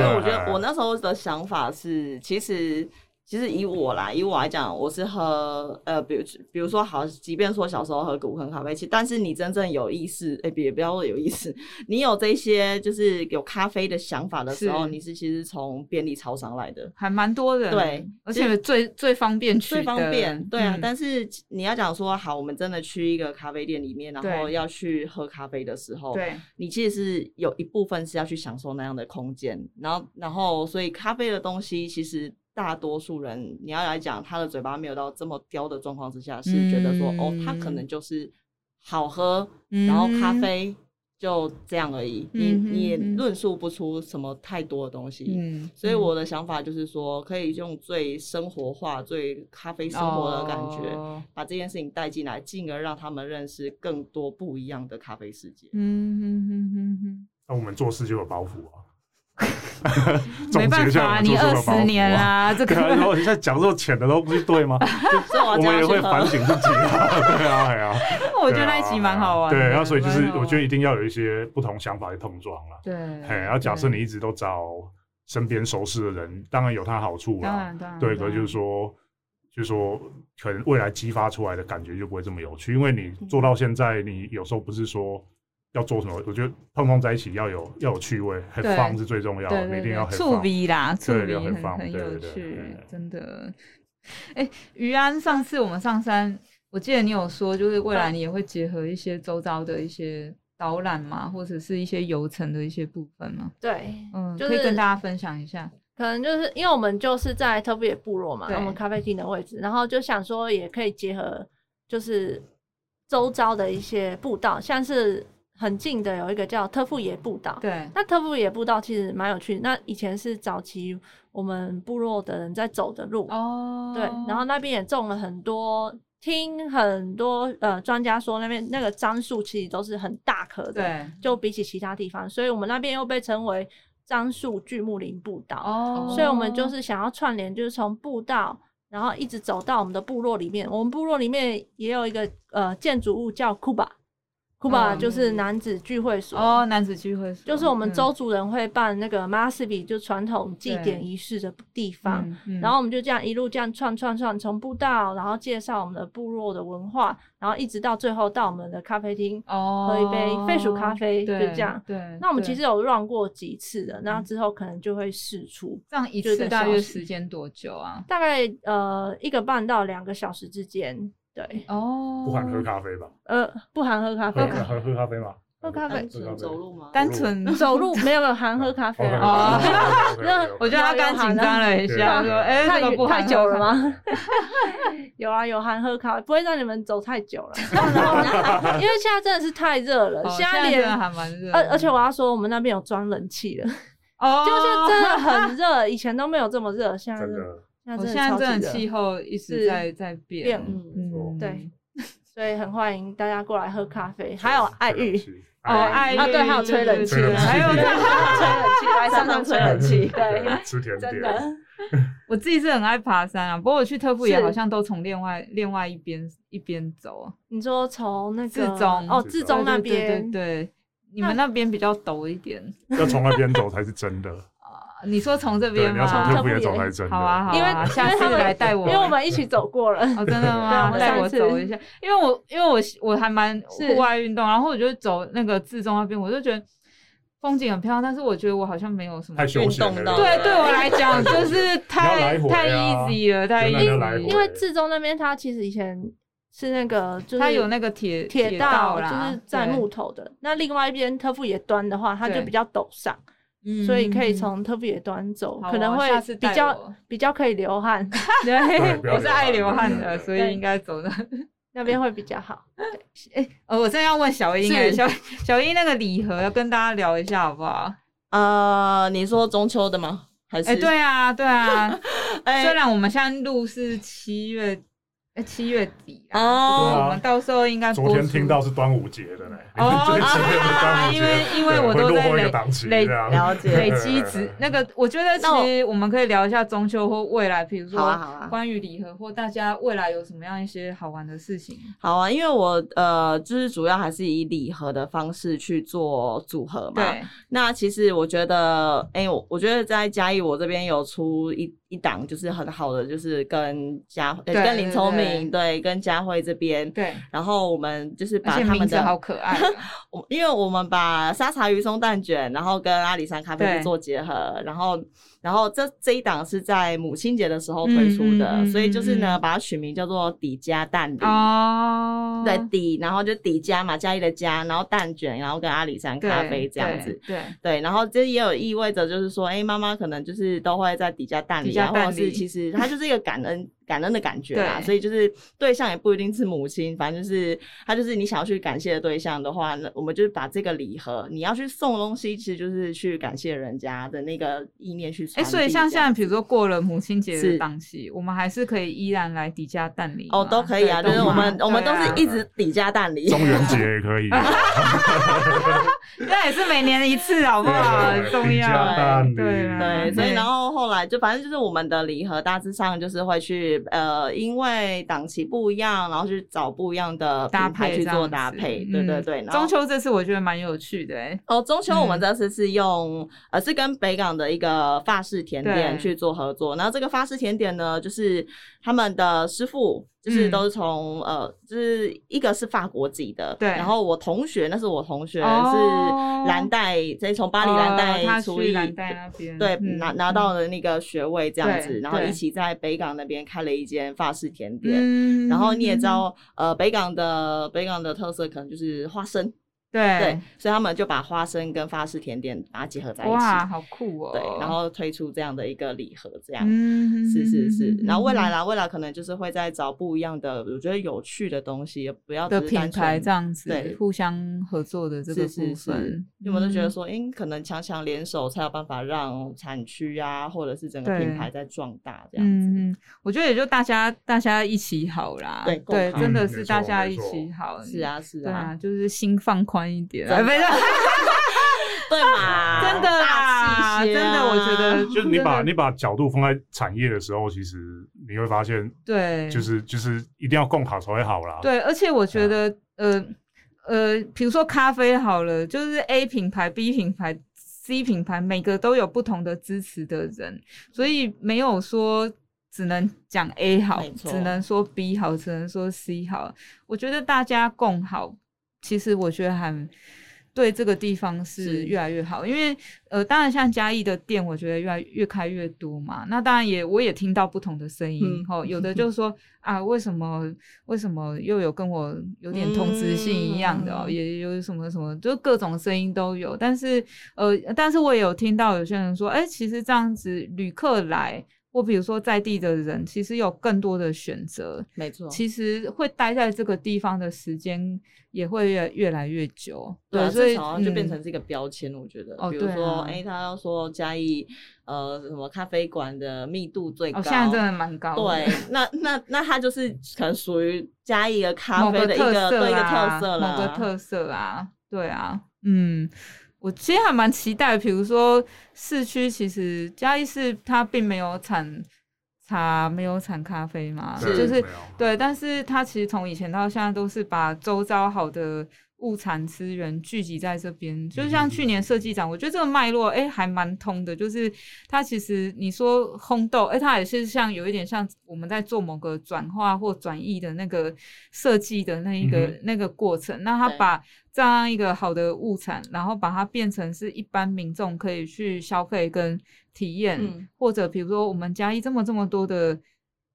A: 的。
D: 我觉得我那时候的想法是，其实其实以我啦，以我来讲，我是喝呃，比如比如说好，即便说小时候喝古坑咖啡，其实但是你真正有意识，哎、别不要说有意识，你有这些就是有咖啡的想法的时候，
A: 是
D: 你是其实从便利超商来的。
A: 还蛮多人，
D: 对
A: 而
D: 其
A: 且
D: 实
A: 最最方便取
D: 最
A: 得，
D: 方便，对啊。
A: 嗯
D: 但是你要讲说，好，我们真的去一个咖啡店里面，然后
A: 对
D: 要去喝咖啡的时候，
A: 对，
D: 你其实是有一部分是要去享受那样的空间，然后然后所以咖啡的东西其实。大多数人，你要来讲他的嘴巴没有到这么刁的状况
A: 嗯
D: 之下，是觉得说，哦，他可能就是好喝，然后咖啡就这样而已，你
A: 嗯哼
D: 你也
A: 嗯
D: 论述不出什么太多的东西。
A: 嗯，
D: 所以我的想法就是说，可以用最生活化、最咖啡生活的感觉，
A: 哦
D: 把这件事情带进来，进而让他们认识更多不一样的咖啡世界。
A: 嗯哼哼哼哼
B: 那我们做事就有包袱啊。
A: 哼，
B: 总
A: 没办
B: 结一下，
A: 法
B: 我
A: 啊，
B: 们
A: 你
B: 做事有
A: 二
B: 包袱啊
A: 十年。啦，这
B: 对啊，然
A: 个
B: 后你现在讲这种浅的都不是对吗？
D: 所 以我要
B: 我们
D: 叫他
B: 也
D: 去
B: 会
D: 喝
B: 反省自己啊。对啊，哎呀、
A: 我觉得那一集蛮好玩的。
B: 对，然后所以就是
A: 蛮好玩
B: 我觉得一定要有一些不同想法的碰撞啦。
A: 对，
B: 嘿，然后假设
A: 对
B: 你一直都找身边熟识的人，当然有它好处
A: 当
B: 啦。
A: 然当然
B: 对，可
A: 当
B: 是
A: 然
B: 就是说，就是说，可能未来激发出来的感觉就不会这么有趣，因为你
A: 嗯
B: 做到现在，你有时候不是说。要做什么？我觉得碰撞在一起要有要有趣味，很
A: 对
B: 放是最重要的，
A: 对
B: 你
A: 对
B: 一定要
A: 对，
B: 很
A: 触
B: 放。
A: 鼻啦，触
B: 对
A: 鼻
B: 要很
A: 很
B: 放
A: 很
B: 对
A: 有
B: 对对
A: 趣
B: 对，
A: 真的。哎，于安，上次我们上山，我记得你有说，就是未来你也会结合一些周遭的一些导览嘛，或者是一些游程的一些部分嘛，
C: 对，
A: 嗯，
C: 就
A: 可以跟
C: 是
A: 大家分享一下。
C: 可能就是因为我们就是在特别部落嘛，
A: 对
C: 我们咖啡厅的位置，然后就想说也可以结合就是周遭的一些步道，像是很近的有一个叫特富野步道。
A: 对，
C: 那特富野步道其实蛮有趣的，那以前是早期我们部落的人在走的路，
A: 哦，
C: 对，然后那边也种了很多，听很多呃专家说那边那个樟树其实都是很大棵的，
A: 对，
C: 就比起其他地方，所以我们那边又被称为樟树巨木林步道。
A: 哦，
C: 所以我们就是想要串联，就是从步道，然后一直走到我们的部落里面。我们部落里面也有一个呃建筑物叫库巴，库巴
A: 嗯
C: 就是男子聚会所。
A: 哦，男子聚会所
C: 就是我们
A: 嗯
C: 周族人会办那个 m a s b i 就传统祭
A: 对
C: 典仪式的地方，
A: 嗯嗯
C: 然后我们就这样一路这样串串串，从步道，然后介绍我们的部落的文化，然后一直到最后到我们的咖啡厅
A: 哦，
C: 喝一杯废鼠咖啡，就
A: 对，
C: 这样。
A: 对，
C: 那我们
A: 对嗯
C: 其实有 run 过几次的，那之后可能就会试出。
A: 这样一
C: 就
A: 次
C: 在
A: 大
C: 消
A: 约
C: 息
A: 时间多久啊？
C: 大概呃一个半到两个小时之间。对，
A: 哦，
B: 不含喝咖啡吧？
C: 呃，不含喝咖啡
B: 喝， 喝喝咖啡吗？
C: 喝咖啡
D: 单纯走路吗？
A: 单纯
C: 走路没有没有含喝咖啡啊。
A: 哦
B: 那
A: 我觉得他刚紧张了一下，
B: 对
A: 说：“哎、
C: 太
A: 这个不
C: 太
A: 含
C: 久
A: 喝
C: 了
A: 咖啊
C: 吗？有啊，有含喝咖啡，不会让你们走太久 了。因为现在真的是太热了，
A: 哦
C: 现
A: 在
C: 在
A: 真的
C: 连
A: 还蛮热的，
C: 而而且我要说，我们那边有装冷气 了，
A: 哦，
C: 就是真的很热，以前都没有这么热，现在
B: 真
C: 真
B: 的，
C: 哦现
A: 我
C: 在
A: 现
C: 真
A: 在真的
C: 的超级
A: 气
C: 热，
A: 候一直
C: 是
A: 在在变，
C: 变
D: 嗯，
A: 嗯，
C: 对，所以很欢迎大家过来喝咖啡，还有爱玉。
A: 哦，爱
C: 啊对还有吹冷
B: 气对对对
A: 还有
B: 吹冷气
C: 吹冷 气，来
D: 山上吹冷气
C: 对，
B: 吃甜
C: 真
B: 点，
C: 的。
A: 我自己是很爱爬山啊，不过我去特富也
C: 是
A: 好像都从另外另外一边一边走啊，
C: 你说从那个
A: 自中
C: 哦，
B: 自
C: 自
B: 中
C: 中那
A: 对对对
C: 边，
A: 对对，你们那边比较陡一点，
B: 要从那边走才是真的。
A: 啊你说从这
B: 对，
A: 边
B: 你要从
A: 吗
B: 特？步也走才是真的。
A: 好啊，好
C: 因为
A: 啊，下
C: 因为
A: 次
C: 他们
A: 来带我，
C: 因为我们一起走过了，
A: 哦，真的
C: 对我
A: 吗？
C: 们
A: 带
C: 上
A: 我
C: 次
A: 走一下，因为我因为我喜我还蛮
C: 是
A: 户外运动，然后我就走那个自中那边，我就觉得风景很漂亮，但是我觉得我好像没有什么
B: 太。休闲了。
A: 对，对我来讲就 是
B: 来
A: 太
B: 回啊
A: 太 easy 了，太
B: 真的要来
A: easy
B: 回
A: 了。
C: 因为自中那边它其实以前是那个就是
A: 它有那个铁
C: 铁
A: 道
C: 道，
A: 啦，
C: 就是在
A: 对
C: 木头的。那另外一边特富野端的话，它就
A: 对
C: 比较陡上，
D: 嗯
C: 所以可以从特富野端走，
A: 好哦
C: 可能
A: 下
C: 会
A: 次带
C: 比较
A: 我
C: 比较可以流汗，
B: 对不
A: 对，
B: 要
A: 我是爱流汗
B: 流汗
A: 的，
B: 对
A: 所以
C: 对
A: 应该走的。
C: 那边会比较 好。？
A: 呃，我现在要问小英
D: 是
A: 哎，小小英那个礼盒要跟大家聊一下好不好？
D: 呃，你说中秋的吗？还是
A: 哎，对啊，对啊，
D: 哎
A: 虽然我们现在录是七月，哎、七月底啦，
D: 哦
A: 不过我们到时候应该播
B: 昨
A: 出
B: 天听到是端午节的嘞，
A: 哦
B: 最近的端
A: 啊，
B: 午节，
A: 因为因为我
B: 会
A: 都
B: 落
A: 在
B: 后一个
A: 累
B: 档期这
A: 累
B: 样。
D: 了解
A: 累积值那个，我觉得
D: 那我
A: 其实我们可以聊一下中秋或未来，比如
D: 好啊
A: 说
D: 好啊
A: 关于礼盒或大家未来有什么样一些好玩的事情。
D: 好啊，因为我呃，就是主要还是以礼盒的方式去做组合嘛。
A: 对，
D: 那其实我觉得，哎、我我觉得在嘉义我这边有出一一档，就是很好的，就是跟嘉、呃
A: 对
D: 跟林聪
A: 对
D: 明对跟嘉慧这边，
A: 对，
D: 然后我们就是
A: 而
D: 把
A: 且
D: 他
A: 名
D: 们
A: 字
D: 的
A: 好可爱啊，
D: 我因为我们把沙茶鱼松蛋卷，然后跟阿里山咖啡
A: 对
D: 去做结合，然后然后这这一档是在母亲节的时候推出的，
A: 嗯嗯嗯
D: 所以就是呢，
A: 嗯
D: 把它取名叫做底加蛋饼。
A: 哦，
D: 对底，然后就底加嘛，加一的加，然后蛋卷，然后跟阿里山
A: 对，
D: 咖啡这样子。
A: 对，对，
D: 对，然后这也有意味着，就是说，哎、妈妈可能就是都会在底下蛋
A: 底
D: 里
A: 下
D: 啊，或
A: 蛋
D: 者是
A: 里
D: 其实它就是一个感恩 感恩的感觉啦。
A: 对
D: 所以就是对象也不一定是母亲，反正就是他就是你想要去感谢的对象的话，那我们就是把这个礼盒你要去送东西，其实就是去感谢人家的那个意念去
A: 哎、
D: 传递这
A: 所
D: 样。
A: 以像现在，比如说过了母亲节的
D: 是
A: 档期，我们还是可以依然来抵价蛋礼
D: 哦
A: 吗
D: 都可以啊，
A: 对
D: 就是
A: 都
D: 我
A: 吗
D: 们我们
A: 对
D: 都
A: 啊
D: 是一直抵加蛋礼。
B: 中元节也 可以，
A: 那也是每年一次，好不好？很重
B: 对
A: 要。
B: 加蛋礼
A: 对啊
D: 对，所以
A: 对
D: 然后后来就反正就是我们的礼盒大致上就是会去呃，因为档期不一样，然后去找不一样的
A: 搭
D: 品牌
A: 配
D: 去
A: 这样
D: 做
A: 子
D: 搭配，对
A: 嗯
D: 对对。然后
A: 中秋这次我觉得蛮有趣的、哎
D: 哦，中秋我们
A: 嗯
D: 这次是用、呃是跟北港的一个法式甜
A: 对
D: 点去做合作，然后这个法式甜点呢，就是他们的师傅。就是
A: 嗯
D: 都是从、呃，就是一个是法国籍的，
A: 对
D: 然后我同学那是我同学、
A: 哦
D: 是蓝带，这从巴黎蓝
A: 哦他
D: 带厨
A: 去
D: 艺、
A: 蓝带那边，
D: 对，
A: 嗯
D: 拿拿到了那个学位这样
A: 对
D: 子，然后
A: 对
D: 一起在北港那边开了一间法式甜点。
A: 嗯
D: 然后你也知，道，呃，北港的北港的特色可能就是花生，对
A: 对，，
D: 所以他们就把花生跟法式甜点把它结合在一
A: 哇，
D: 起，
A: 好酷哦，
D: 对，然后推出这样的一个礼盒，这样。
A: 嗯
D: 是是是，然后未来
A: 嗯
D: 啦，未来可能就是会再找不一样的，我觉得有趣的东西，不要只
A: 的
D: 是单
A: 品牌
D: 纯
A: 这样子，
D: 对
A: 互相合作的这个
D: 是
A: 部
D: 是是
A: 分，，
D: 因为我都觉得
A: 嗯
D: 说，诶，可能强强联手才有办法让产区啊，或者是整个
A: 对
D: 品牌在壮大这样子。
A: 嗯嗯，我觉得也就大家大家一起好啦，
D: 对共好
A: 真的
B: 嗯
A: 是
B: 没
A: 大
B: 错
A: 家
B: 没
A: 一
B: 错
A: 起好，
D: 是，啊，是
A: 对啊，
D: 啊，
A: 就是心放宽一点，
D: 真
A: 哎
D: 的
A: 不是
D: 对嘛，
A: 真的啦，
D: 大气
A: 真
D: 些啊
A: 的，我觉得
B: 就是你把
A: 真的
B: 你把角度放在产业的时候，其实你会发现，
A: 对，
B: 就是就是一定要共好才会好啦。
A: 对，而且我觉得，呃呃，比如说咖啡好了，就是 A 品牌、B 品牌、C 品牌，每个都有不同的支持的人，所以没有说只能讲 A 好
D: 没，错
A: 只能说 B 好，只能说 C 好。我觉得大家共好，其实我觉得还。对这个地方是
D: 是
A: 越来越好，因为呃，当然像嘉义的店，我觉得越来越开越多嘛。那当然也我也听到不同的声音
D: 嗯，
A: 吼、有 的就说啊，为什么为什么又有跟我有点同质性一样的、哦，
D: 嗯
A: 也有什么什么，就各种声音都有。但是呃，但是我也有听到有些人说，哎、其实这样子旅客来，或比如说在地的人，其实有更多的选择，
D: 没错，
A: 其实会待在这个地方的时间也会越越来越久。
D: 啊
A: 所以
D: 至少就变
A: 嗯
D: 成是一个标签，我觉得
A: 哦，
D: 比如
A: 对啊
D: 说，哎，他要说嘉义呃什么咖啡馆的密度最高，
A: 哦，现在真的蛮高的。
D: 对，那那那它就是可能属于嘉义的咖啡的一
A: 某
D: 个
A: 特
D: 对一个
A: 啦
D: 特色啦，
A: 某个特色啊，对啊，嗯，我其实还蛮期待，比如说市区，其实嘉义市它并没有产茶，没有产咖啡嘛，
B: 对，
A: 啊就是
B: 没有
A: 对，但是它其实从以前到现在都是把周遭好的物产资源聚集在这边，就像去年设计展，我觉得这个脉络哎、还蛮通的，就是它其实你说烘豆，哎、它也是像有一点像我们在做某个转化或转译的那个设计的那一个、
B: 嗯
A: 那个过程，那它
D: 对
A: 把这样一个好的物产，然后把它变成是一般民众可以去消费跟体验，
D: 嗯
A: 或者比如说我们嘉义这么这么多的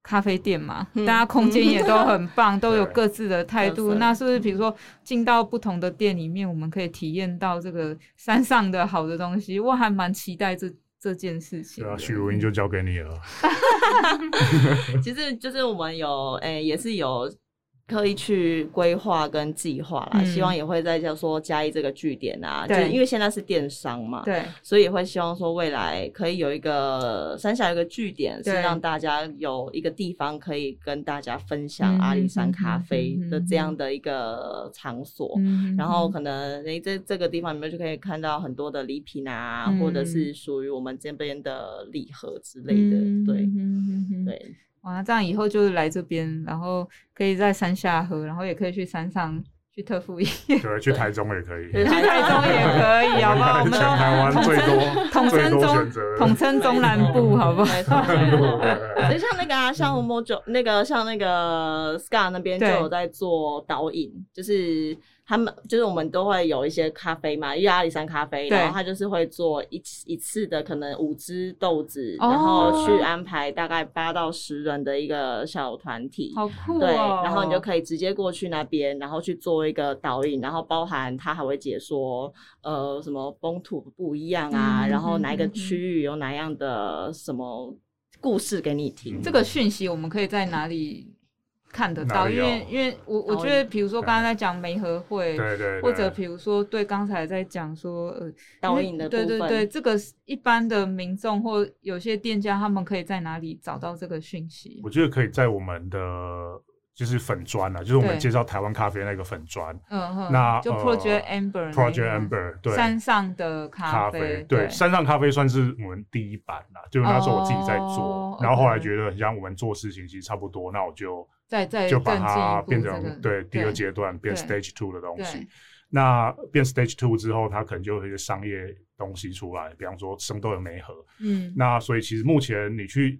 A: 咖啡店嘛，
D: 嗯
A: 大家空间也都很棒，都有
B: 对
A: 嗯各自的嗯态度。
D: 特色
A: 那是不是比如说进到不同的店里面，我们可以体验到这个山上的好的东西？我还蛮期待这这件事情
B: 对
A: 的。
B: 啊，许茹英就交给 你了。
D: 其实就是我们有，诶、也是有刻意去规划跟计划啦，
A: 嗯
D: 希望也会在就说嘉义这个据点啊，就
A: 对
D: 是因为现在是电商嘛，
A: 对
D: 所以也会希望说未来可以有一个三峡有一个据点，是
A: 对
D: 让大家有一个地方可以跟大家分享
A: 嗯
D: 阿里
A: 嗯
D: 山
A: 嗯
D: 咖啡
A: 嗯
D: 的
A: 嗯
D: 这样
A: 嗯
D: 的一个场所。
A: 嗯
D: 然后可能诶、这这个地方你们就可以看到很多的礼品啊，或
A: 嗯
D: 者是属于我们这边的礼盒之类的，
A: 嗯
D: 对
A: 对。
D: 对，
A: 嗯哇，这样以后就是来这边，然后可以在山下喝，然后也可以去山上去特富营，去
B: 对，去台中也可以。
D: 对
A: 台中也可以，好不啊好？我们
B: 全台
A: 都
B: 湾
A: 统称统
B: 最多最
A: 称
B: 多
A: 中
B: 选择的。
A: 统称中南部，好不好？
D: 没错，没错。
B: 对
D: 所以像那个啊，像 Mojo 那个，像那个 Scar 那边就
A: 嗯对
D: 有在做导引，就是他们就是我们都会有一些咖啡嘛，因为阿里山咖啡，
A: 对
D: 然后他就是会做一次一次的可能五支豆子，
A: 哦
D: 然后去安排大概八到十人的一个小团体。
A: 好酷哦！
D: 对，然后你就可以直接过去那边，然后去做一个导引，然后包含他还会解说，呃，什么风土不一样啊，
A: 嗯
D: 然后哪一个
A: 嗯嗯
D: 区域有哪样的什么故事给你听。
A: 这个讯息我们可以在哪里看得
B: 哪
A: 到？
B: 里
A: 因为
B: 有
A: 因为我我
D: 导
A: 觉
D: 演
A: 得，比如说刚刚在讲梅和会，
B: 对对，
A: 或者
B: 对
A: 比如说对刚才在讲说呃
D: 导引的部
A: 对
D: 分，
A: 对对，这个是一般的民众或有些店家，他们可以在哪里找到这个讯息？
B: 我觉得可以在我们的就是粉砖啊，就是我们
A: 对
B: 介绍台湾咖啡那个粉砖
A: 嗯哼，
B: 那
A: 就
B: 呃
A: Project Amber 那一
B: Project
A: 个
B: Amber 对。
A: 山上的
B: 咖
A: 咖
B: 啡
A: 对
B: 对，山上咖啡算是我们第一版啦，就是那时候我自己在做
A: 哦，
B: 然后后来
A: OK
B: 觉得很像我们做事情其实差不多，那我就
A: 再再
B: 就把
A: 更进一
B: 它
A: 步
B: 变
A: 这个
B: 成对第
A: 对
B: 二阶段变
A: 对
B: Stage Two 的东西
A: 对。
B: 那变 Stage Two 之后，它可能就有一些商业东西出来，比方说生豆的媒合。
A: 嗯
B: 那所以其实目前你去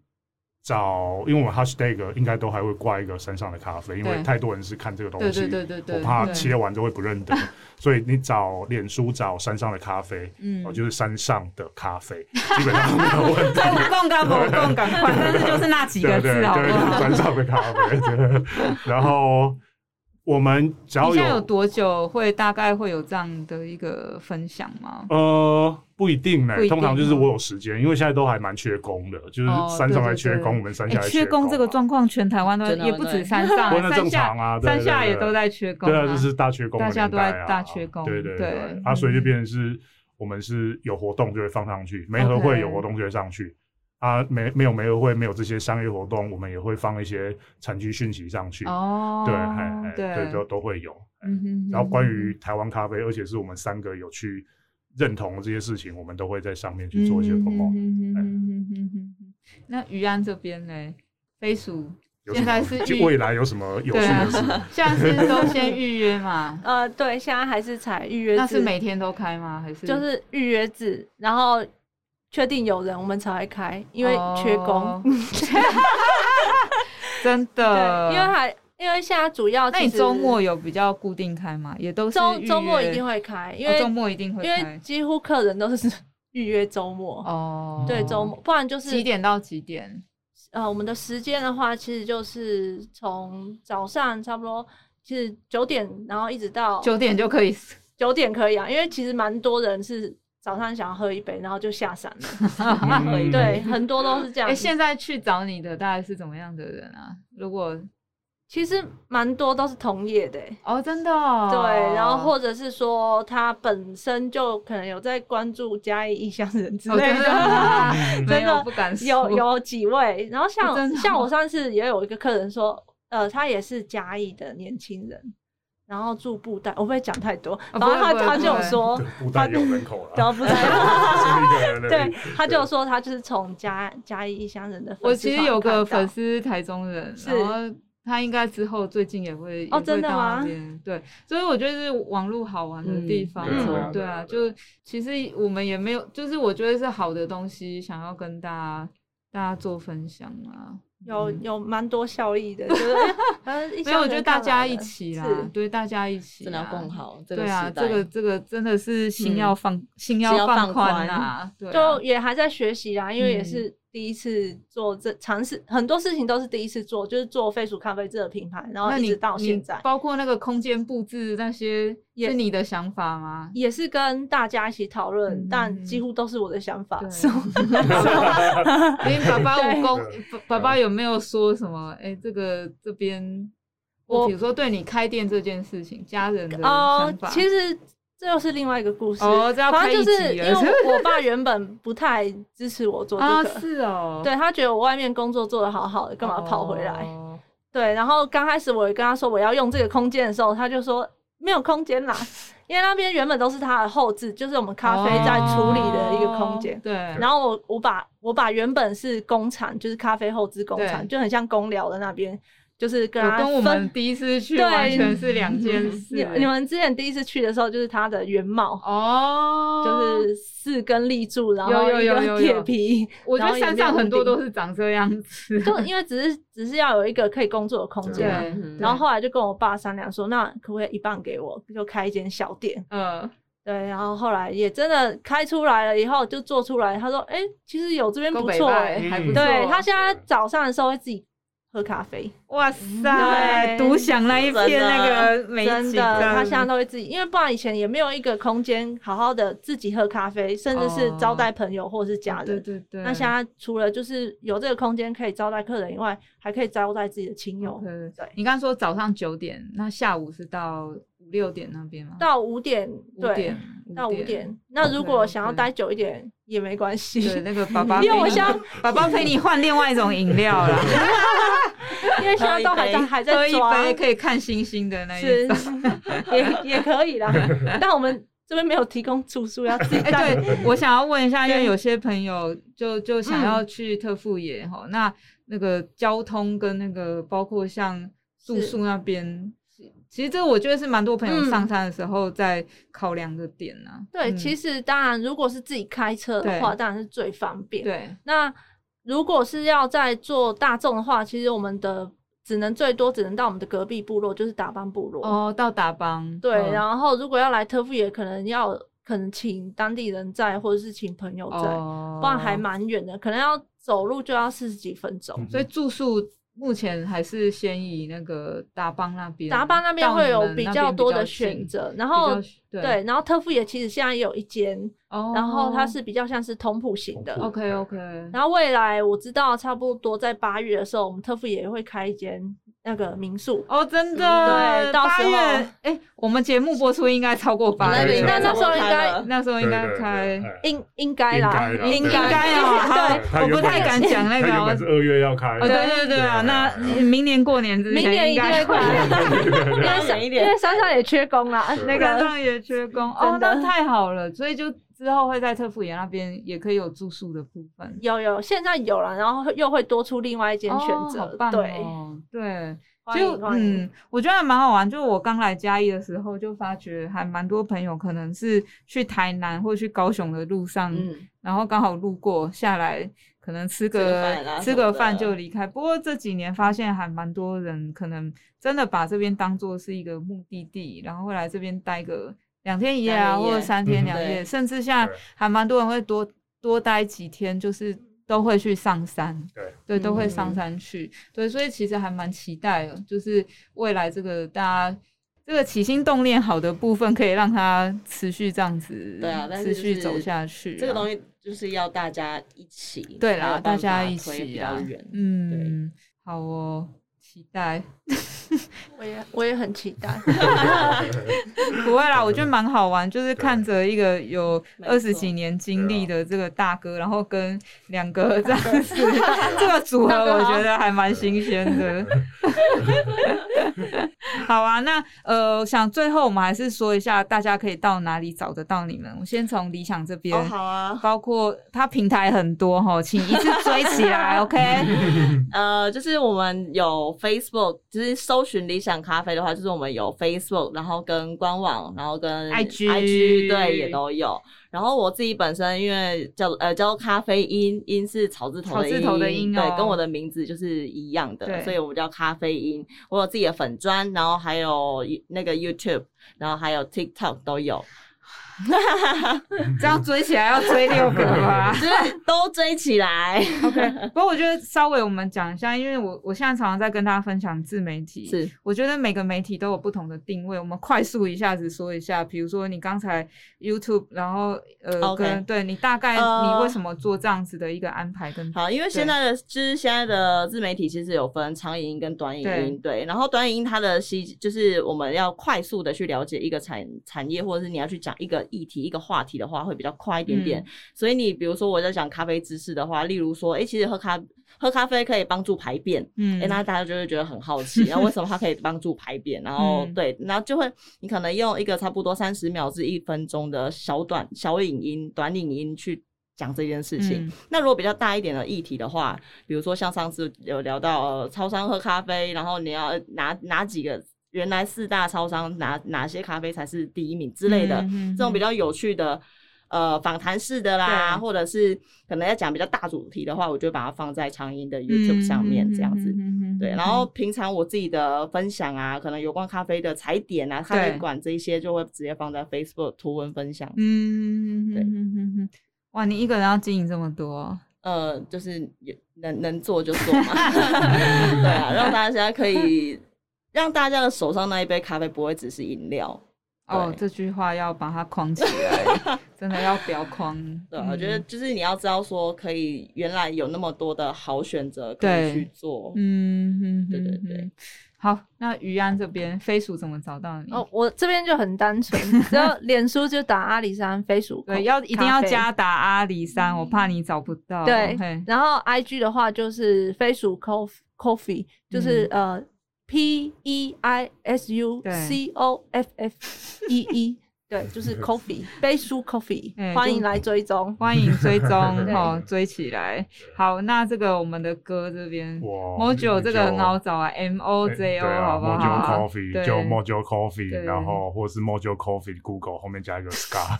B: 找，因为我们 Hashtag 应该都还会挂一个山上的咖啡，因为
A: 对
B: 太多人是看这个东
A: 对
B: 西，
A: 对对对对
B: 我怕
A: 对
B: 切完都会不 认得，所以你找脸书找山上的咖啡，
A: 嗯
B: 哦，就是山上的 咖啡，基本上没有问题。
A: 共共赶共共赶快，但是就是那几个
B: 对对
A: 字，好不
B: 对，
A: 好？
B: 山上的咖啡。对 然后我们只要
A: 你现在
B: 有
A: 有多久会大概会有这样的一个分享吗？
B: 呃，不一定呢、
A: 不一定
B: 通常就是
A: 哦
B: 我有时间，因为现在都还蛮缺工的，就是
A: 哦
B: 山
A: 对
B: 上还
A: 对
B: 缺
A: 对
B: 工，我们山
A: 哎
B: 下还
A: 缺工
B: 工
A: 这个
B: 嘛
A: 状况，全台湾都
D: 真的
A: 也不止
D: 对
A: 山上
B: 不，那
A: 山
B: 正
A: 下
B: 常啊，对
A: 山
B: 对
A: 下也
B: 对
A: 都在缺工
B: 对
A: 啊，
B: 啊，就是大缺工的
A: 大家
B: 年
A: 都在
B: 代啊，
A: 大缺工
B: 对对
A: 对
B: 对，啊，所以就变成是我们是有活动就会放上去，没合
A: OK
B: 会有活动就会上去。啊，没没有没合会，没有这些商业活动，我们也会放一些产区讯息上去。
A: 哦，
B: 对，哎哎，对，
A: 对
B: 都都会有。
A: 嗯哼
B: 然后关于
A: 嗯
B: 台湾咖啡，而且是我们三个有去认同的这些事情，我们都会在上面去做一些
A: 嗯
B: promo。
A: 嗯嗯
B: 哎
A: 嗯嗯嗯嗯嗯那于安这边呢？飞鼠
B: 有
A: 现在
B: 什么
A: 是
B: 就
A: 预
B: 未来有什么有趣
A: 对啊
B: 的事？
A: 现在 是都先预约嘛
C: 呃，对，现在还是采预约制，
A: 那是每天都开吗？还是
C: 就是预约制，然后确定有人我们才会开，因为缺工，
A: 哦 真的，
C: 对，因为还因为现在主要
A: 那你
C: 啊其实
A: 周末有比较固定开吗？也都是
C: 周
A: 预约
C: 周末一定，会开，因
A: 哦
C: 为、
A: 周末一定会
C: 因为
A: 开
C: 几乎客人都是 预约周末，
A: 哦。
C: 对周末，不然就是
A: 几点到几点？
C: 呃，我们的时间的话，其实就是从早上差不多。其实九点，然后一直到
A: 九点就可以，
C: 九点可以啊，因为其实蛮多人是早上想要喝一杯，然后就下山 了。
B: 嗯
C: 对，，很多都是这样
A: 哎、
C: 子。
A: 现在去找你的大概是怎么样的人啊？如果
C: 其实蛮多都是同业的欸、
A: 哦，真的、哦，
C: 对，然后或者是说他本身就可能有在关注嘉义异乡人之
A: 哦
C: 类
A: 真的
C: 的，
A: 吗
B: 嗯
A: 没
C: 真的
A: 有不敢
C: 有
A: 说
C: 有几位。然后像、
A: 哦真的哦
C: 像我上次也有一个客人说，呃，他也是嘉义的年轻人，然后住布袋，我不会讲太多，
A: 哦
C: 然
A: 不
C: 后
A: 会
C: 他
A: 不会
C: 他就有
A: 不会
C: 说
B: 对，不但有人口
C: 然
B: 了，
C: 后布袋。
B: 是一个人而已
C: 对，他就说他就是从嘉嘉义异乡人的粉丝
A: 我其实
C: 团
A: 有
C: 看
A: 个
C: 到
A: 粉丝台中人，
C: 是
A: 然后他应该之后最近也会
C: 哦真的？
A: 也会到
C: 吗
A: 那边对，所以我觉得是网络好玩的地方，
D: 嗯没
A: 对
D: 错
A: 对啊，
B: 对
A: 就其实我们也没有，就是我觉得是好的东西，想要跟大家大家做分享啊。
C: 有
A: 嗯
C: 有蛮多效益 的，就是哎呃，一
A: 没有，
C: 乡
A: 我觉得
C: 人
A: 大
C: 看来
A: 家一
C: 了
A: 起啦
C: 是，
A: 对，大家一起
D: 真的要
A: 啊，
D: 更好。这个
A: 对
D: 时
A: 啊，
D: 代，
A: 这个这个真的是心要
D: 嗯
A: 放心
D: 要
A: 要放
D: 放
A: 宽
D: 宽
A: 啊，对啊，嗯
C: 就也还在学习啦，因为也是第一次做这尝试，很多事情都是第一次做，就是做飞鼠咖啡这个品牌，然后
A: 那
C: 一
A: 你
C: 直到现
A: 你
C: 在，
A: 包括那个空间布置那些，是你的想法吗？
C: 也是跟大家一起讨论，
A: 嗯
C: 但几乎都是我的想法。
A: 对
C: So-
A: 因为爸爸
C: 对
A: 武功，爸爸爸有没有说什么？哎、这个这边，
C: 我
A: 我比如说对你开店这件事情，家人的
C: 哦
A: 想法，，
C: 其实这又是另外一个故事。
A: 哦这要
C: 反
A: 开
C: 正
A: 一
C: 就
A: 集
C: 是因
A: 了
C: 为 我我爸原本不太支持我做这
A: 啊、
C: 个，
A: 是哦，
C: 对他觉得我外面工作做得好好的，干嘛跑回来？
A: 哦
C: 对，然后刚开始我也跟他说我要用这个空间的时候，他就说没有 空间啦，因为那边原本都是他的后置，就是我们咖啡在处理的一个空间
A: 哦。对，
C: 然后我我把我把原本是工厂，就是咖啡后置工厂，
A: 对
C: 就很像公聊的那边，就是跟
A: 我
C: 他
A: 跟我
C: 分
A: 们第一次去
C: 对
A: 完全是 两件
C: 你
A: 事。
C: 你们之前第一次去的时候，就是它的原貌，
A: 哦，
C: 就是四根立柱，然后
A: 有有
C: 一
A: 有
C: 个
A: 有有
C: 铁皮，
A: 我觉
C: 然后
A: 得
C: 也
A: 山
C: 没有
A: 上很
C: 屋
A: 多
C: 顶
A: 都是长这样子。
C: 就因为只是只是要有一个可以工作的空
A: 对
C: 间嘛。，
D: 嗯
C: 然后后来就跟我爸商量说，那可不可以一半给我，就开一间小店？
A: 呃，
C: 对，然后后来也真的开出来了，以后就做出来。他说，哎、其实有这边
A: 够
C: 不
A: 北
C: 错、
A: 吧
C: 欸，
B: 嗯
A: 还不错。
C: 对他现在早上的时候会自己喝咖啡，
A: 哇
C: 嗯
A: 塞，
C: 对
A: 独享那一片那个美
C: 真
A: 景，
C: 的，他现在都会自己，因为不然以前也没有一个空间好好的自己喝咖啡，甚至是招待朋友或者是家
A: 哦对
C: 人。
A: 对对，
C: 那现在除了就是有这个空间可以招待客人以外，还可以招待自己的亲友。
A: 对对对
C: 对，
A: 你刚刚说早上九点，那下午是到五六点那边吗？
C: 到五点，
A: 五
C: 对
A: 点，，哦
C: 到五点。那如果想要待久一点也没关系，
A: 对，那个爸爸陪你，
C: 因为我现在
A: 爸爸陪你换另外一种饮料 啦，
C: 因为现在 都还在还
A: 喝
C: 在
A: 一
C: 抓，
A: 杯可以看星星的那一
C: 是
A: 种。
C: 也也可以啦。但我们这边没有提供住宿，要自己
A: 哎、
C: 带。
A: 对，我想要问一下，因为
C: 对嗯
A: 有些朋友就就想要去特富野哈、那那个交通跟那个包括像住
C: 是
A: 宿那边，其实这个我觉得是蛮多朋友
C: 嗯
A: 上山的时候在考量的点啊。
C: 对，
A: 嗯
C: 其实当然，如果是自己开车的话，
A: 对
C: 当然是最方便。
A: 对
C: 那如果是要在做大众的话，其实我们的只能最多只能到我们的隔壁部落，就是打帮部落。
A: 哦，到达邦哦
C: 对，
A: 后
C: 然后如果要来特富野，可能要可能请当地人在，或者是请朋友在，
A: 哦，
C: 不然还蛮远的，可能要走路就要四十几分钟。
B: 嗯
A: 哦所以住宿目前还是先以那个达邦那边，
C: 达巴那边
A: 到
C: 会有
A: 你们
C: 比
A: 那
C: 较
A: 边
C: 多
A: 较
C: 的
A: 近
C: 选，择，然
A: 比较
C: 后
A: 对
C: 对，然后特富野其实现在也有一间，
A: 哦，
C: 然后它是比较像是通铺型的。
B: 通铺
A: OK OK，
C: 然后未来我知道差不多在八月的时候，我们特富也会开一间那个民宿。
A: 哦，真的，
C: 嗯对到
A: 八
C: 时候
A: 月，哎、我们节目播出应该超过八
B: 那
A: 月，
B: 应
C: 该那时候应该
A: 那时候应该开，
B: 哎
C: 应应该啦，
B: 应该啦
C: 应
A: 应该
C: 该
A: 啊
B: 对，
A: 哈
B: 他
A: 我
B: 原
A: 不
B: 本
A: 太敢讲那
B: 他
A: 个
B: 原
A: 啊
B: 本，是二月要开
A: 哦，，对对对啊，
B: 对
A: 那明年过年之前
C: 明年一
A: 应
C: 定
A: 该
C: 会开，
D: 因为 省一
C: 因
D: 点
C: 为，山上也缺工啦。
B: 对
C: 那
A: 那个
C: 个
A: 上也缺工哦，
C: 真的
A: 那太好了，所以就之后会在特富岩那边也可以有住宿的部分。
C: 有有，现在有了，然后又会多出另外一间选
A: 哦
C: 择
A: 好。棒
C: 对，
A: 哦，对，
C: 欢
A: 就
C: 迎欢迎
A: 嗯，我觉得还蛮好玩。就我刚来嘉义的时候，就发觉还蛮多朋友可能是去台南或去高雄的路上，
D: 嗯，
A: 然后刚好路过下来，可能吃
D: 吃
A: 个
D: 个饭啊
A: 吃个
D: 什么的
A: 饭就离开。不过这几年发现还蛮多人可能真的把这边当做是一个目的地，然后会来这边待个两天一夜啊，
D: 三天一夜
A: 或者三天两夜，
D: 嗯
A: 甚至现在
B: 对
A: 还蛮多人会多多待几天，就是都会去上山。
B: 对
A: 对，都会上
D: 嗯
A: 山去。对，所以其实还蛮期待的，就是未来这个大家。这个起心动念好的部分，可以让它持续这样子，
D: 对啊但
A: 持
D: 是
A: 续
D: 就是
A: 走下去、啊
D: 这个东
A: 西。
D: 西就是要大家一起，
A: 对
D: 才
A: 啦，
D: 有
A: 大
D: 办
A: 家
D: 法
A: 一
D: 推比
A: 起
D: 较
A: 啊
D: 远，，
A: 嗯，好哦，期待。
C: 我也我也很期 待。
A: 不会啦，我觉得蛮好玩，就是看着一个有
D: 没错
A: 二十几年经历的这个大哥，然后跟两个这样子，
D: 啊
A: 这个组合
C: 大哥好
A: 我觉得还蛮新鲜的。 好啊，那呃，想最后我们还是说一下，大家可以到哪里找得到你们？我先从理想这边。
D: 哦，好啊，
A: 包括它平台很多哈，请一次追起来 ，OK？
D: 呃，就是我们有 Facebook，就是搜寻理想咖啡的话，就是我们有 Facebook，然后跟官网，然后跟
A: IG
D: IG 对也都有。然后我自己本身因为叫呃叫做咖啡因，因是草字
A: 草
D: 头的
A: 字
D: 音，
A: 头的音哦
D: 对，跟我的名字就是一样
A: 对
D: 的，所以我们叫咖啡因。我有自己的粉砖，然后还有那个 YouTube，然后还有 TikTok 都有，
A: 这样追起来要追六个吧。
D: 就是 都追起来。
A: 不过我觉得稍微我们讲一下，因为我我现在常常在跟大家分享自媒体，
D: 是
A: 我觉得每个媒体都有不同的定位，我们快速一下子说一下，比如说你刚才 YouTube，然后呃
D: OK
A: 跟对你大概
D: 呃
A: 你为什么做这样子的一个安排跟、
D: 好，因为现在的就是现在的自媒体其实有分长影音跟短影音，对。然后短影音它的吸就是我们要快速的去了解一个产产业，或者是你要去讲一个议题、一个话题的话，会比较快一点点。
A: 嗯
D: 所以你比如说我在讲咖啡知识的话，例如说，哎、其实喝咖喝咖啡可以帮助排便，
A: 嗯
D: 哎、那大家就会觉得很好奇，然后为什么它可以帮助排便？然后、
A: 嗯
D: 对，然后就会你可能用一个差不多三十秒至一分钟的小短小影音、短影音去讲这件事情。
A: 嗯
D: 那如果比较大一点的议题的话，比如说像上次有聊到呃，超商喝咖啡，然后你要哪哪几个原来四大超商哪哪些咖啡才是第一名之类的，
A: 嗯嗯嗯
D: 这种比较有趣的。呃，访谈式的啦，
A: 对
D: 或者是可能要讲比较大主题的话，我就把它放在长音
A: 嗯
D: 的 YouTube 上面这样子。对，然后平常我自己的分享啊，可能有关咖啡的踩点啊、咖啡
A: 对
D: 馆这一些，就会直接放在 Facebook 图文分享。
A: 嗯，
D: 对
A: 嗯，哇，你一个人要经营这么多，
D: 呃，就是也能能做就做嘛， 对啊，让大家可以让大家的手上那一杯咖啡不会只是饮料。
A: 哦
D: 对，
A: 这句话要把它框起 来，真的要标框。
D: 对啊，
A: 嗯
D: 我觉得就是你要知道说，可以原来有那么多的好选择可
A: 对
D: 以去做。
A: 嗯嗯，
D: 对对
A: 嗯
D: 对。
A: 嗯好，那于安这边，飞鼠怎么找到你？
E: 哦，，我这边就很单纯，只要脸书就打阿里山飞鼠，
A: 对，要一定要加。打阿里山，我怕你找不到。
E: 对
A: 嘿，
E: 然后 I G 的话就是飞鼠 cof- coffee，就是、呃 P E I S U
A: 嗯对
E: C O F F E E，对，就是 coffee 飞鼠 coffee，、
A: 哎
E: 欢
A: 就
E: 迎来追踪。
A: 欢迎追踪
B: 对
A: 哦，追起来。好，那这个我们的歌这边
B: 哇
A: ，Mojo 这个很好
B: 好。
A: 找啊，M O
B: 对
A: J O
B: 对啊
A: 好不
B: ，Mojo
A: 好？
B: Coffee
A: 对
B: 就 Mojo Coffee，
A: 对
B: 然后或者是 Mojo Coffee Google 后面加 一个 Scar，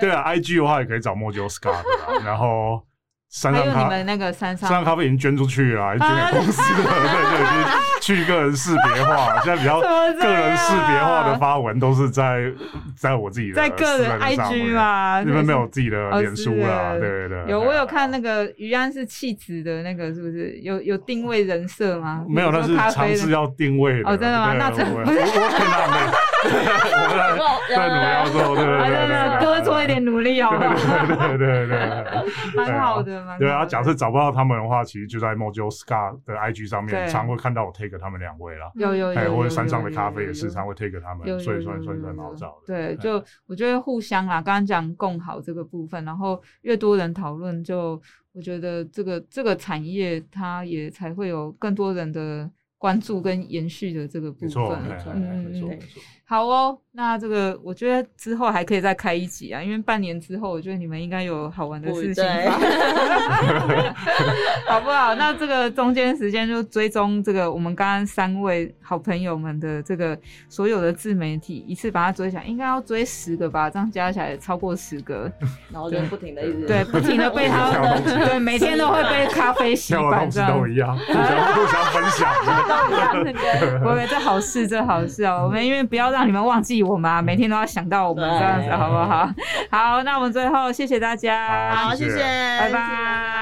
B: 对啊，IG 的话也可以找 Mojo Scar 的啦，然后山
A: 还
B: 上
A: 有你
B: 咖
A: 们那个山
B: 山上
A: 上
B: 咖啡已经捐出去了，已经捐给公司了，对对，已经去个人识别化了，现在比较
A: 怎么这
B: 个
A: 样啊
B: 人识别化的发文都是在在我自己的
A: 在个
B: 私
A: 人
B: 人账户
A: IG
B: 里
A: 嘛，
B: 你们没有自己的
A: 哦
B: 脸书
A: 私
B: 啦，
A: 人
B: 对对对，
A: 有，
B: 对
A: 我
B: 啊
A: 有看那个于安是气质的那个，是不是有有定位人设吗？
B: 没有，
A: 比
B: 那
A: 如
B: 是
A: 说咖
B: 尝
A: 啡
B: 试
A: 的。
B: 要定位的。
A: 哦真的吗
B: 对
A: 那
B: 啊
A: 这
B: 我我
A: 不是
B: 我可以让
A: 啊，
B: 你，我在在努力要做，哎对对对
A: 对
B: 对
A: 对，
B: 对，
A: 多做一点努力好不好？
B: 对。对对对对
A: 蛮好的，蛮好的
B: 对啊！假设找不到他们的话，其实就在 Mojo Scar 的 IG 上
A: 对
B: 面，常会看到我 take 他们两位啦，
A: 有有有
B: 哎，
A: 有，
B: 或者山
A: 有
B: 上的
A: 有
B: 咖
A: 有
B: 啡也
A: 有
B: 是常会 take 他
A: 有
B: 们，
A: 有
B: 所以
A: 有
B: 算
A: 有
B: 算
A: 有
B: 算蛮
A: 有
B: 好找的。
A: 对，
B: 哎
A: 就我觉得互相啦，刚刚讲共好这个部分，然后越多人讨论，就我觉得这个这个产业它也才会有更多人的关注跟延续的这个部
B: 没错，
A: 分
B: 哎。哎哎
A: 嗯
B: 没错
A: 嗯
B: 没
A: 嗯，
B: 错。
A: 好哦，那这个我觉得之后还可以再开一集啊，因为半年之后，我觉得你们应该有好玩的
D: 不
A: 事情
D: 对
A: 吧。 好不好？那这个中间时间就追踪这个我们刚刚三位好朋友们的这个所有的自媒体，一次把它追起来，应该要追十个吧，这样加起来超过十个，
D: 然后就不停的一直
A: 对，不停的被 他
B: 跳动
A: 对，每天都会被咖啡洗
B: 跳的
A: 版
B: 东
A: 这
B: 西
A: 样
B: 都一样，互相互相分享。
A: 我以为这好事，这好事 哦。我们因为不要让你们忘记我们啊，每天都要想到我们这样子，
D: 嗯对
A: 好不好？好，那我们最后谢谢大家，
B: 好
D: 好，谢谢，
A: 拜拜。